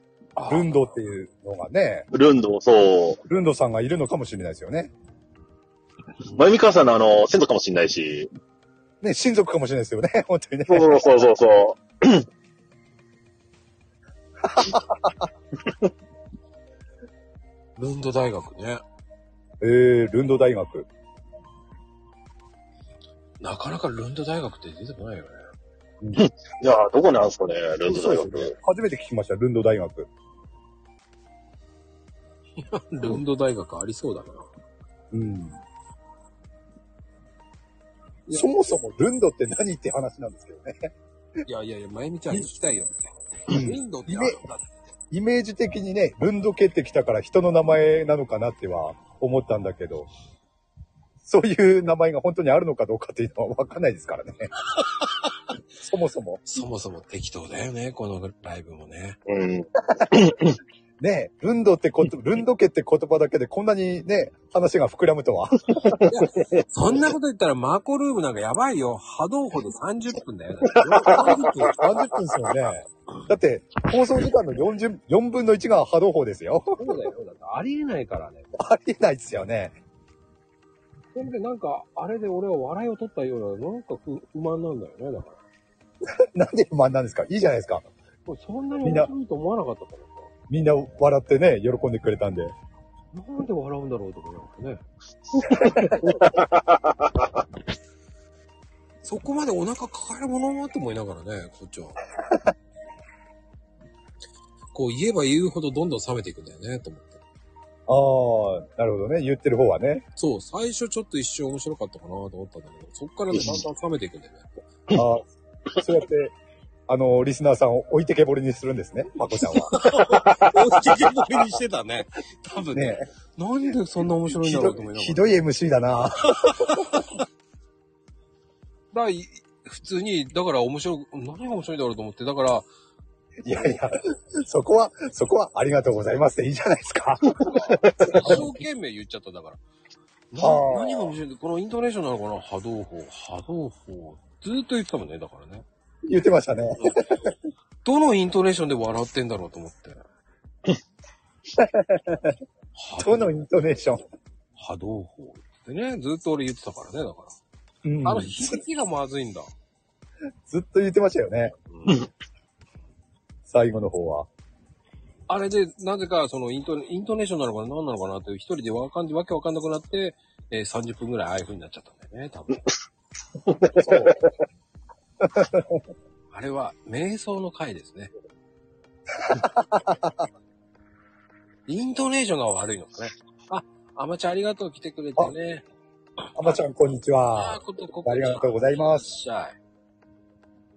S2: ルンドっていうのがね、
S3: ルンド、そ
S2: ルンドさんがいるのかもしれないですよね。
S3: う。まゆみかわさんのあの、先祖かもしんないし。
S2: ね、親族かもしれないですよね、 <laughs> 本当にね。
S3: そうそうそうそう。
S1: ルンド大学ね。
S2: えー、ルンド大学。
S1: なかなかルンド大学って出てこないよね。
S3: いやー、どこなんすかね、ルンド大
S2: そうですよ
S3: 学。
S2: ね初めて聞きました、ルンド大学。
S1: ルンド大学ありそうだな。
S2: うん。そもそもルンドって何って話なんですけどね。
S1: いやいやいや、前みちゃんに聞きたいよって。
S2: うん
S1: ルンドってあるんだって。
S2: イメージ的にね、ルンド家って来たから人の名前なのかなっては思ったんだけど、そういう名前が本当にあるのかどうかっていうのはわかんないですからね。そもそも。
S1: そもそも適当だよね、このライブもね。
S3: うん。
S2: ねえ、ルンドって <laughs> こと、ルンド家って言葉だけでこんなにね、話が膨らむとは。
S1: そんなこと言ったらマコルームなんかやばいよ。波動砲で30分だよ。だって
S2: 30分、30分ですよね。だって、放送時間の40、4分の1が波動砲ですよ。 <laughs>
S1: そうだよ。だってありえないからね。
S2: ありえないですよね。
S1: それでなんか、あれで俺は笑いを取ったような、なんか不不満なんだよね、だから。
S2: <laughs> なんで不満なんですかいいじゃないですか。
S1: これそんなに
S2: みんな
S1: 面白いと思わなかったから
S2: みんな笑ってね、喜んでくれたんで。
S1: さ。なんで笑うんだろうとかなんかね。そこまでお腹抱えるものなって思いながらね、こっちは。こう言えば言うほどどんどん冷めていくんだよね、と思って。
S2: ああ、なるほどね。言ってる方はね。
S1: そう、最初ちょっと一瞬面白かったかなと思ったんだけど、そっからね、だんだん冷めていくんだよ <laughs> ね。
S2: ああ、そうやって、あの、リスナーさんを置いてけぼりにするんですね、まこちゃんは。
S1: 置いてけぼりにしてたね。多分ね
S2: ね
S1: なんでそんな面白いん
S2: ひ
S1: だろ
S2: ど
S1: うと思いながら。
S2: ひどい MC だな。
S1: だからい普通に、だから面白い、何が面白いんだろうと思って、だ
S2: <laughs>
S1: から、
S2: いやいや、そこは、そこはありがとうございますでいいじゃないですか。
S1: 一生懸命言っちゃった、だから。な
S2: はあ
S1: 何が面白いんだこのイントネーションなのかな波動法、波動法。ずーっと言ってたもんね、だからね。
S2: 言ってましたね。
S1: どのイントネーションで笑ってんだろうと思って。
S2: <laughs> どのイントネーション。
S1: 波動法ってね、ずーっと俺言ってたからね、だか
S2: うん
S1: ら。あの、響きがまずいんだ。
S2: ずっと言ってましたよね。
S1: うん
S2: 最後の方は。
S1: あれで、なぜか、そのイント、イントネーションなのかな何なのかなって、一人でわかん、わけわかんなくなって、えー30分ぐらいああいう風になっちゃったんだよね、多分。あれは、瞑想の回です
S2: <laughs>
S1: ね。イントネーションが悪いのかね。あ、アマちゃんありがとう来てくれてね。
S2: あまちゃん、こんにち
S1: あ
S2: は。
S1: ことここ
S2: ありがとうございます。
S1: す。いらっしゃい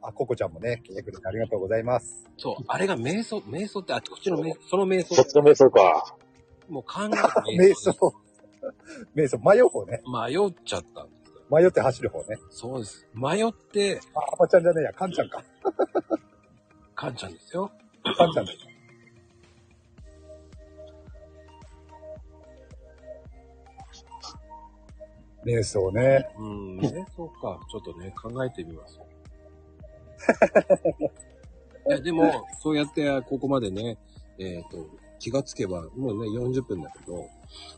S2: あ、ココちゃんもね、来てくれてありがとうございます。
S1: そう、あれが瞑想、瞑想って、あ、こっちの瞑その瞑
S3: そ
S1: 想
S3: っ、ちの瞑想か。
S1: もう考えて
S2: 瞑想。瞑想、迷う方ね。
S1: 迷っちゃったんですよ。
S2: 迷って走る方ね。
S1: そうです。迷って、
S2: あ、アマちゃんじゃねえや、カンちゃんか。
S1: カンちゃんですよ。
S2: カンちゃんだ。ねえ、そうね。
S1: うん、ね、そうか。ちょっとね、考えてみます。いや、でも、そうやって、ここまでね、えっ、と、気がつけば、もうね、40分だけど、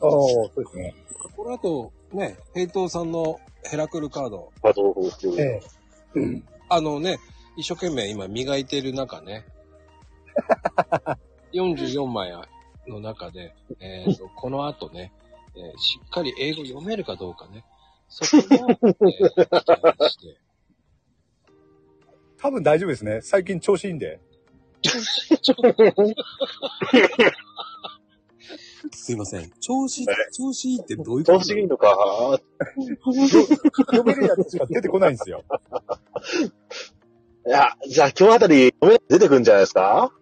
S2: おー、そうですね。
S1: この後、ね、平等さんのヘラクルカード、
S3: あと、うん
S2: ええ。
S1: あのね、一生懸命今磨いてる中ね、44枚の中で、えっ、と、この後ね、えーしっかり英語読めるかどうかね、そこも、えー期待して、
S2: 多分大丈夫ですね。最近調子いいんで。
S1: すいません。調子、調子いいってどういうこと
S3: 調子いいのか。
S2: 読めるやつしか出てこないんですよ。
S3: いや、じゃあ今日あたり、出てくんじゃないですか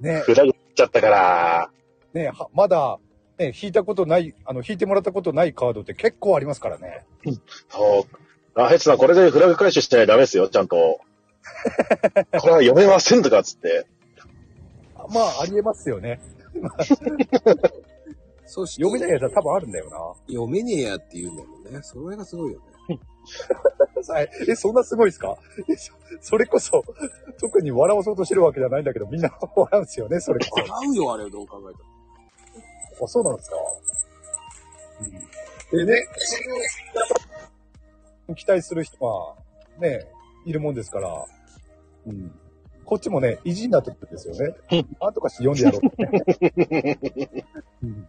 S2: ね
S3: フラグっちゃったから。
S2: ねはまだ、ね、引いたことない、あの、引いてもらったことないカードって結構ありますからね。
S3: そう。あ、ヘッツさん、これでフラグ回収してないとダメですよ、ちゃん <laughs> と。これは読めませんとかっつって。
S2: まあ、ありえますよね。
S1: そして
S2: 読めないやつは多分あるんだよ
S1: 読めねえやって言うんだもんね。それがすごいよね。
S2: な。はいえ、そんなすごいですか <laughs> えそそれこそ、特に笑わそうとしてるわけじゃないんだけど、みんな <laughs> 笑うんですよね、それこ
S1: 合うよ、あれ、どう考えても。
S2: そ。あ、そうなんですか。うん、でね、期待する人が、ね、いるもんですから、うん、こっちもね、意地になってくるんですよね。なんとかして読んでやろうってね。うん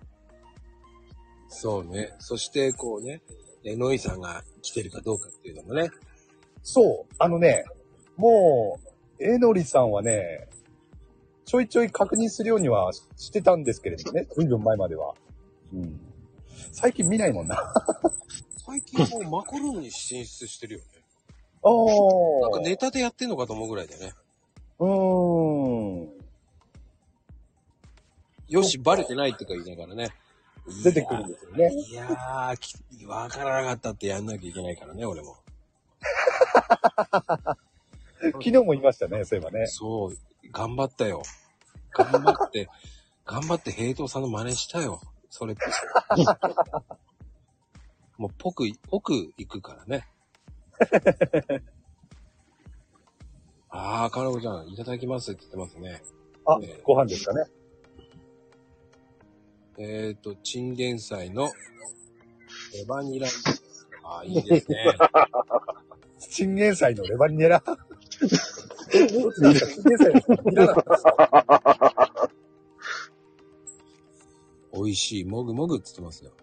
S1: そうね。そして、こうね、えノイさんが来てるかどうかっていうのもね。
S2: そう、あのね、もう、えのりさんはね、ちょいちょい確認するようにはしてたんですけれどもね、ずいぶん前までは。うん。最近見ないもんな。あ
S1: 最近もうマコルームに進出してるよね。
S2: あ。
S1: なんかネタでやってんのかと思うぐらいだよね。
S2: うーん。
S1: よし、バレてないってか言いながらね。
S2: 出てくるんですよね。
S1: いやーき、わからなかったってやんなきゃいけないからね、俺も。
S2: 昨日も言いましたね、そういえばね。
S1: そう、頑張ったよ。頑張って、 <laughs> 頑張って平等さんの真似したよ。それって。もう、ぽく、奥行くからね。ああ、かなこちゃん、いただきますって言ってますね。
S2: あ、ご飯ですかね。
S1: えっ、ー、と、チンゲン菜のレバニラ。ああ、いいですね。
S2: チンゲン菜のレバニラ。えどっちなんですかチンゲン菜ですかニラなんですか
S1: 美味しい、もぐもぐって言ってますよ。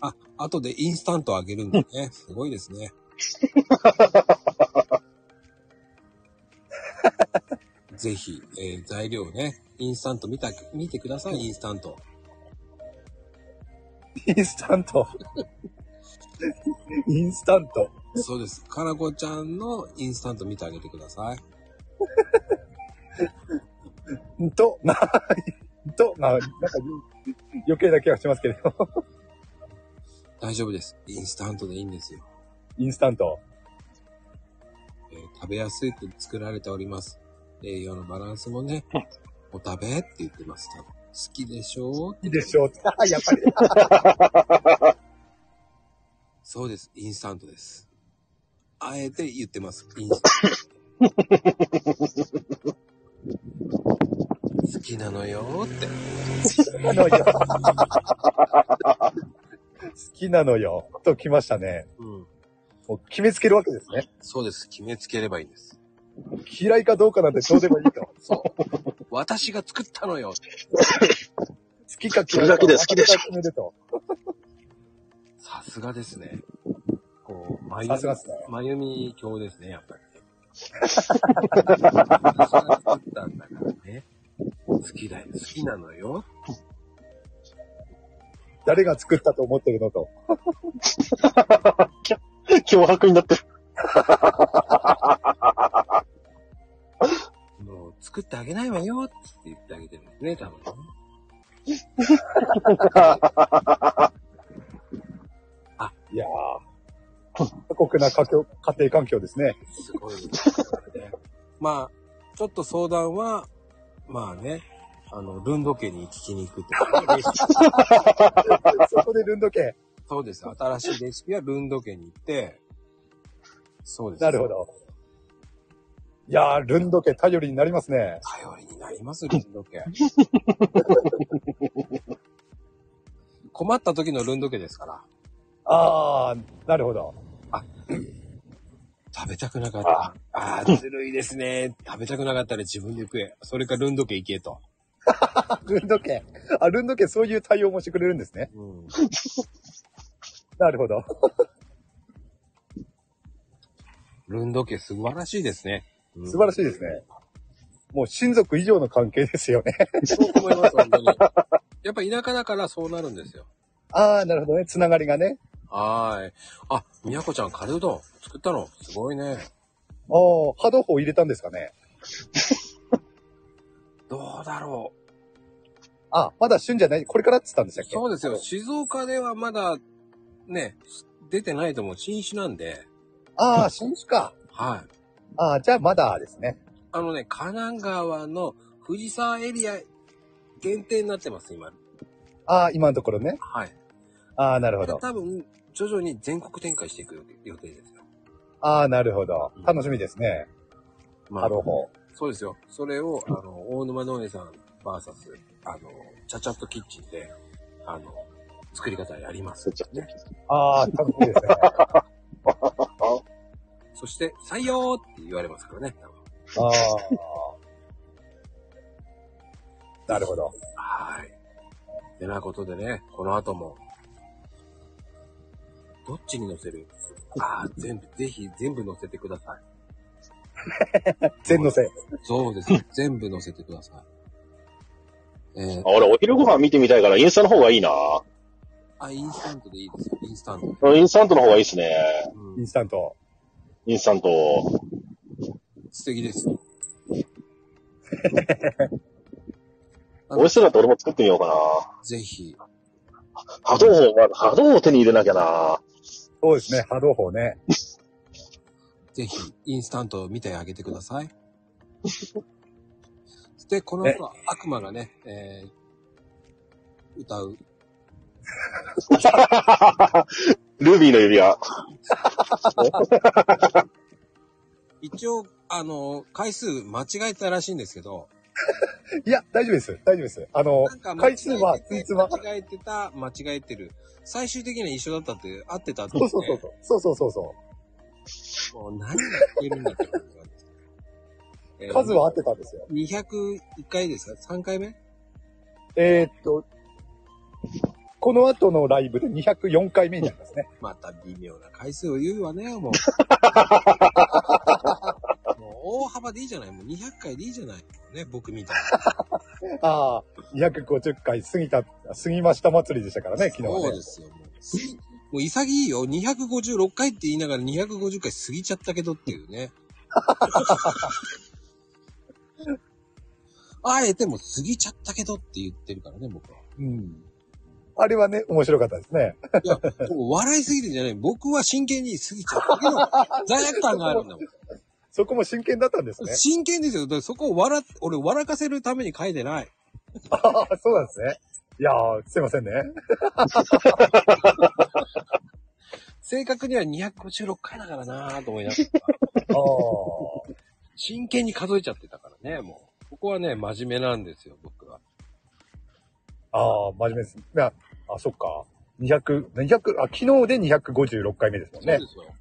S1: あ、後でインスタントあげるんだね。すごいですね。ぜひ、えー材料をね、インスタント見た、見てください、インスタント。
S2: インスタント。インスタント。
S1: そうです。かなこちゃんのインスタント見てあげてください。
S2: んと、 <laughs> な、と、な、なんか、余計な気がしますけれど。
S1: 大丈夫です。インスタントでいいんですよ。
S2: インスタント。
S1: えー食べやすく作られております。栄養のバランスもね、お食べって言ってます、多分。好きでしょう
S2: いいでしょう。
S3: <laughs>
S2: あやっぱり。
S1: そうです。インスタントです。あえて言ってます。インスタント。好きなのよーって。
S2: 好きなのよ。好きなのよ。と来ましたね。
S1: うん。
S2: もう決めつけるわけですね。
S1: そうです。決めつければいいんです。
S2: 嫌いかどうかなんてどうでもいい
S3: <laughs>
S2: と。 <laughs>
S1: 私が作ったのよって。
S2: 好きか
S3: そ
S2: 嫌
S3: れ
S2: い
S3: だ
S2: か
S3: けで好きでし
S2: 私
S3: ょ
S2: が決めると。
S1: さすがですね。こう、まゆみ
S2: さすがっすね、
S1: まゆみ教ですね、やっぱり。
S2: <laughs>
S1: 私が作ったんだからね。好きだよ。好きなのよ。
S2: 誰が作ったと思ってるのと。
S3: 脅迫になってる。
S1: もう作ってあげないわよって言ってあげてるんですね、多分ね。
S2: 酷な家境家庭環境ですね。
S1: すごい。まあ、ちょっと相談は、まあね、あの、ルンド家に聞きに行くってことね
S2: そこでルンド系。
S1: そうです。新しいレシピはルンド家に行って、そうです。
S2: なるほ。ど。いやー、ルンド家頼りになりますね。
S1: 頼りになります、ルンド家。困った時のルンド家ですから。
S2: あー、なるほど。
S1: 食べたくなかった。ああー、ずるいですね。食べたくなかったら自分で食え。それかルンド家行けと。
S2: あルンド家。あ、ルンド家そういう対応もしてくれるんですね。
S1: うん。
S2: なるほど。
S1: ルンド家素晴らしいですね。
S2: 素晴ら
S1: しい。
S2: しいですね。もう親族以上の関係ですよね。
S1: そう思います、本当に。やっぱ田舎だからそうなるんですよ。
S2: あー、なるほどね。つながりがね。
S1: はーい。あ、みやこちゃん、カレーうどん作ったのすごいね。
S2: あー、波動砲入れたんですかね。
S1: どうだろ
S2: あ、まだ旬じゃない。これからって言ったんでした
S1: う
S2: っ。け
S1: そうですよ。。静岡ではまだ、ね、出てないと思う。新種なんで。
S2: あー、新種か。
S1: はい。
S2: あー、じゃあまだですね。
S1: あのね、神奈川の藤沢エリア限定になってます、今。
S2: あー、今のところね。
S1: はい。
S2: あー、なるほど。
S1: 多分、徐々に全国展開していく予定ですよ。
S2: あー、なるほど。楽しみですね。
S1: ま
S2: 波動砲。
S1: そうですよ。それを、あの、大沼農園さん VS、あの、チャチャットキッチンで、あの、作り方やります。ね。
S2: ああ、楽しみですね。
S1: そして、採用って言われますからね。多分
S2: ああ。 <laughs> なるほど。
S1: はーい。てなことでね、この後も、どっちに乗せるああ、全部、ぜひ全部乗せてください。
S2: 全のせい。
S1: そう
S2: <laughs>
S1: です。全部乗せてください。えー、
S3: 俺、お昼ご飯見てみたいから、インスタの方がいいな。
S1: あ、インスタントでいいですよ。インスタントで。
S3: インスタントの方がいいですね。
S1: う
S2: イ
S1: ん
S2: ン、スタント。
S3: インスタント。
S1: 素敵ですよ。
S3: 美味しそうだったら俺も作ってみようかな。
S1: ぜひ。
S3: 波動砲、波動を手に入れなきゃな。 <laughs>
S2: そうですね。波動砲ね。
S1: ぜひ、インスタントを見てあげてくだ
S2: <laughs>
S1: さい。で、この後は悪魔がね、えー、歌う。
S3: ルビーの指輪。
S1: 一応、あの、回数間違えたらしいんですけど、
S2: いや、大丈夫です。大丈夫です。あの、回数は、
S1: 間
S2: つ
S1: 違えて
S2: いつは。
S1: 間違えてた、間違えてる。最終的には一緒だったって、合ってたって、
S2: そうそうそうそう。そうそうそうそ
S1: もう何やってるんだって感じなんですけ
S2: う。
S1: ど。
S2: <laughs> 数は合ってたんですよ。
S1: えー ?201 回ですか ?3 回目
S2: えーっと、この後のライブで204回目になりますね。
S1: また微妙な回数を言うわね、
S2: <laughs>
S1: もう。もう大幅でいいじゃないもう200回でいいじゃないもうね、僕みたいな。
S2: ああ、250回過ぎた、過ぎました祭りでしたからね、昨日
S1: そ
S2: は
S1: う
S2: ね
S1: で。すよ、もうす。もう潔いよ。256回って言いながら250回過ぎちゃったけどっていうね。 <laughs> あえてもう過ぎちゃったけどって言ってるからね、僕は。
S2: うん。あれはね、面白かったですね。
S1: いや、もう笑いすぎてんじゃない。僕は真剣に過ぎちゃったけど、罪悪感があるんだもん。
S2: そこも真剣だったんですね。
S1: 真剣ですよ。だからそこを笑っ、俺笑かせるために書いてない。
S2: ああ、そうなんですね。いやー、すいませんね。
S1: 正確には256回だからなぁと思いながら、
S2: <laughs> ああ。
S1: 真剣に数えちゃってたからね、もう。ここはね、真面目なんですよ、僕は。
S2: <laughs> ああ、真面目です。いや、あ、そっか。200、200、あ、昨日で256回目ですもんね。
S1: そうですよ。だか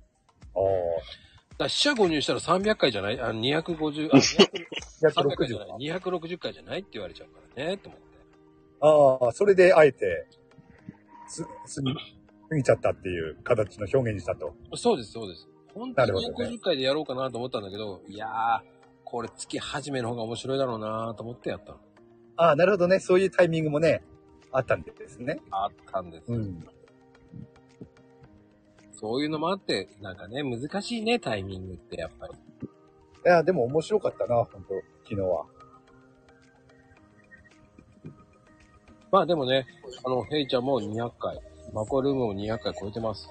S2: あ
S1: ら死者誤入したら300回じゃないあ、250、あ、
S2: あ、
S1: 300回じゃ
S2: <laughs> 260
S1: な
S2: か。
S1: い ?260 回じゃないって言われちゃうからね、と思って。
S2: ああ、それであえて、す、すぎ、過ぎちゃったっていう形の表現にしたと。
S1: そうです、そうです。本当
S2: なるほ
S1: に
S2: どね
S1: 250回でやろうかなと思ったんだけど、いやー、これ月始めの方が面白いだろうなと思ってやったの。
S2: ああ、なるほどね。そういうタイミングもね、あったんですね。
S1: あったんですよ。
S2: ん。
S1: そういうのもあって、なんかね、難しいね、タイミングってやっぱり。
S2: いや、でも面白かったな、本当昨日は。
S1: まあでもね、あの、ヘイちゃんも200回、マコルームも200回超えてます。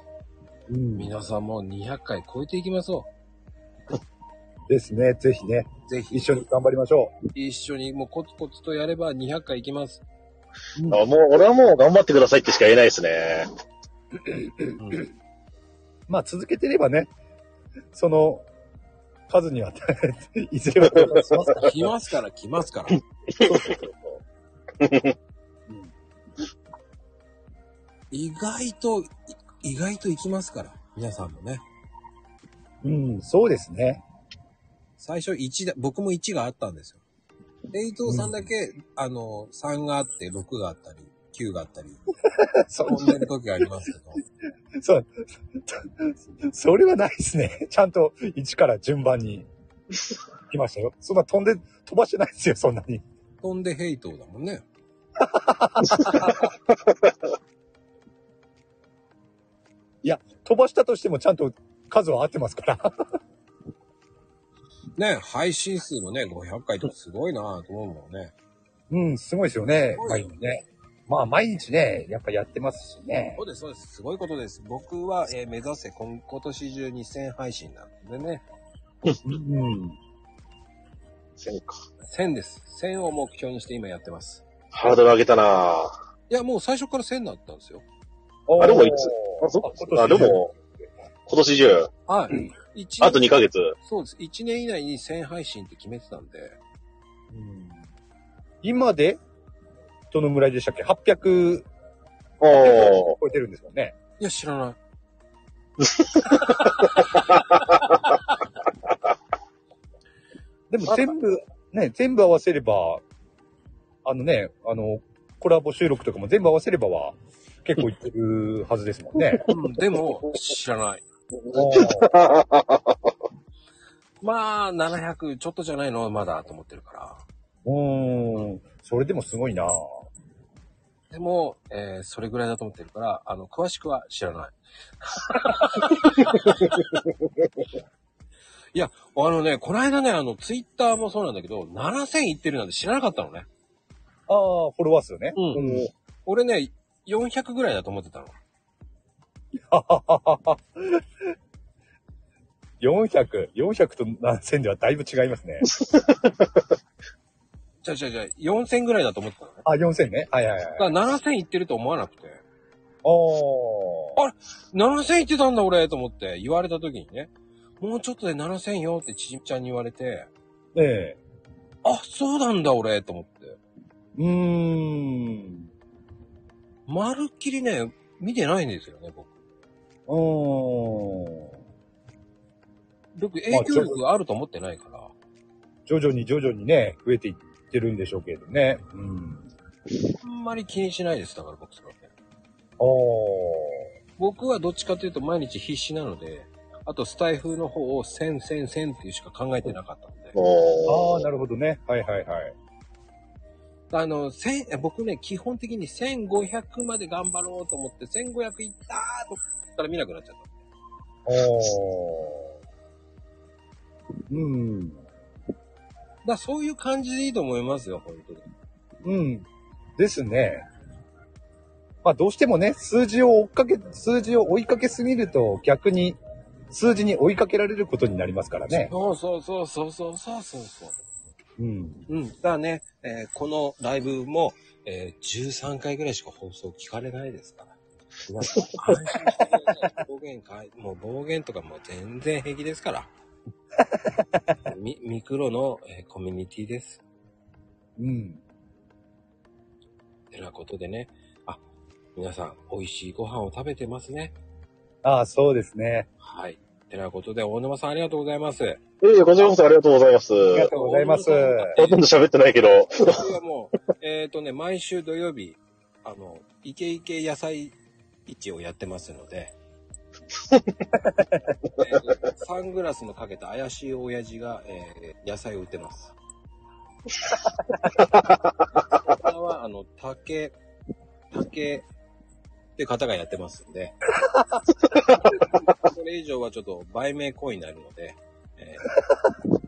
S2: うん、
S1: 皆さんも200回超えていきましょ
S2: ですね。ぜひね、
S1: う。ぜひ
S2: 一、緒に頑張りましょ
S1: 一緒にもうコツコツとやれば200回いきます。
S3: あもう、俺はもう頑張ってくださいってしか言えないですね。
S1: うん
S2: う。まあ、続けてればね、その、数には、い <laughs> ずれは到達しますから
S1: 来ますから、来ますから。
S2: そうそうそう
S1: 意外と、い意外といきますから。皆さんもね。
S2: そう。うん、そうですね。
S1: 最初1だ、僕も1があったんですよ。で、伊藤さんだけ、あの、3があって、6があったり、9があったり、
S2: そ
S1: 飛んでる時がありますけど。
S2: そう、それはないですね。 <laughs> ちゃんと1から順番に来ましたよ。そんな飛んで、飛ばしてないですよ、そんなに。
S1: 飛んでヘイトだもんね。
S2: 飛ばしたとしてもちゃんと数は合ってますから。 <laughs>
S1: ね、配信数もね、500回とかすごいなぁと思うもんね。
S2: うん、すごいですよね
S1: すごい
S2: はいね。まあ、毎日ね、やっぱやってますしね
S1: そ。うです、そうです。すごいことです。僕は、えー目指せ今、今年中に1000配信なんでね。
S2: うん。
S3: そうか
S1: 1000です。1000を目標にして今やってます。
S3: ハードル上げたなあ
S1: いや、もう最初から1000だったんですよ。
S2: あ
S3: でもいつそ
S2: 今
S3: あ、
S2: 年
S3: でも、今年中、
S1: はい。一年
S3: あと2ヶ月。
S1: そうです。1年以内に1000配信って決めてたんで。
S2: うん今で、どのぐらいでしたっけ ?800
S3: おー。
S2: 超えてるんですもんね。
S1: いや、知らない。
S2: でも全部、ね、全部合わせれば、あのね、あの、コラボ収録とかも全部合わせればは、結構いってるはずですもんね。
S1: うん、でも、知らない。まあ、700ちょっとじゃないのまだと思ってるから。
S2: うーん。それでもすごいな
S1: でも、えーそれぐらいだと思ってるから、あの、詳しくは知らない。いや、あのね、この間ね、あの、ツイッターもそうなんだけど、7000いってるなんて知らなかったのね。
S2: ああ、フォロワー数ね。
S1: う。
S2: うんん。
S1: 俺ね、400ぐらいだと思ってたの。
S2: 400、400と7000ではだいぶ違いますね。
S1: じゃあじゃあじゃあ4000ぐらいだと思ってたのね。
S2: あ、4000ね。はいはいはい。あ
S1: だから7000いってると思わなくて、
S2: あ。
S1: 7000いってたんだ俺と思って言われた時にね、もうちょっとで7000よってちじみちゃんに言われて、
S2: ねえ。
S1: あ、そうなんだ俺と思って。
S2: うーん。
S1: まるっきりね、見てないんですよね、僕。
S2: うーん。
S1: 僕、影響力があると思ってないから。
S2: 徐々に徐々にね、増えていってるんでしょうけどね。うん。
S1: あんまり気にしないです、だから僕それはね。
S2: ああ。
S1: 僕はどっちかというと毎日必死なので、あとスタイフの方をせんせんせんっていうしか考えてなかったので。
S2: あ
S3: お
S2: あ、
S3: ー。
S2: なるほどね。はいはいはい。
S1: あの、千、僕ね、基本的に1500まで頑張ろうと思って、1500いったーと思ったら見なくなっちゃっ
S2: おー。うん。
S1: た。だからそういう感じでいいと思いますよ、本当に。
S2: うん。ですね。まあどうしてもね、数字を追っかけ、数字を追いかけすぎると逆に数字に追いかけられることになりますからね。
S1: そうそうそうそうそうそうそうそう。
S2: うん。
S1: うん。だからね、えーこのライブも、えー13回ぐらいしか放送聞かれないですから。皆さん安心してください <laughs> 暴言かい、もう暴言とかもう全然平気ですから。 <laughs> み、ミクロの、えーコミュニティです。
S2: うん。
S1: てなことでね、あ、皆さん、美味しいご飯を食べてますね。
S2: ああ、そうですね。
S1: はい。てなことで、大沼さんありがとうございます。
S3: ええ、こちらこそありがとうございます。
S2: ありがとうございます。
S1: 大
S3: ほとん
S1: 沼
S3: ど
S1: さん
S3: 喋ってないけど。
S1: だって僕はもう、えっとね、毎週土曜日、あの、イケイケ野菜市をやってますので、えーサングラスのかけた怪しい親父が、えー野菜を売ってます。こちらは、あの、竹、竹って方がやってますんで、それ以上はちょっと売名行為になるので、えー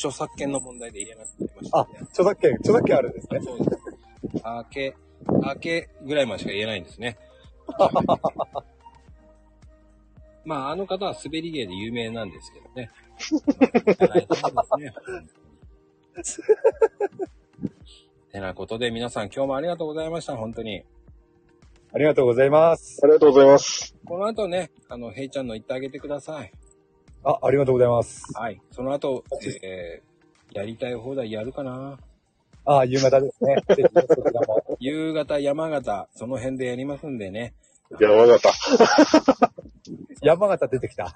S1: 著作権の問題で言えなくなりました、
S2: あ
S1: ね。、
S2: 著作権、著作権あるんですね。
S1: そうです。明け、明けぐらいまでしか言えないんですね。まあ、あの方は滑り芸で有名なんですけどね。てないとこですねてなことで、皆さん今日もありがとうございました、本当に。
S2: ありがとうございます。
S3: ありがとうございます。
S1: この後ね、あの、ヘイちゃんの言ってあげてください。
S2: あ、ありがとうございます。
S1: はい。その後、えー、やりたい放題やるかな
S2: あ、夕方ですね。ぜひそちらも
S1: 夕方、山形、その辺でやりますんでね。
S3: じゃあ、わかった。
S2: 山形出てきた。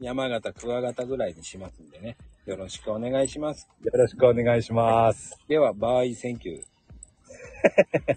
S1: 山形、桑形ぐらいにしますんでね。よろしくお願いします。
S2: よろしくお願いします。
S1: では、バイセンキュー。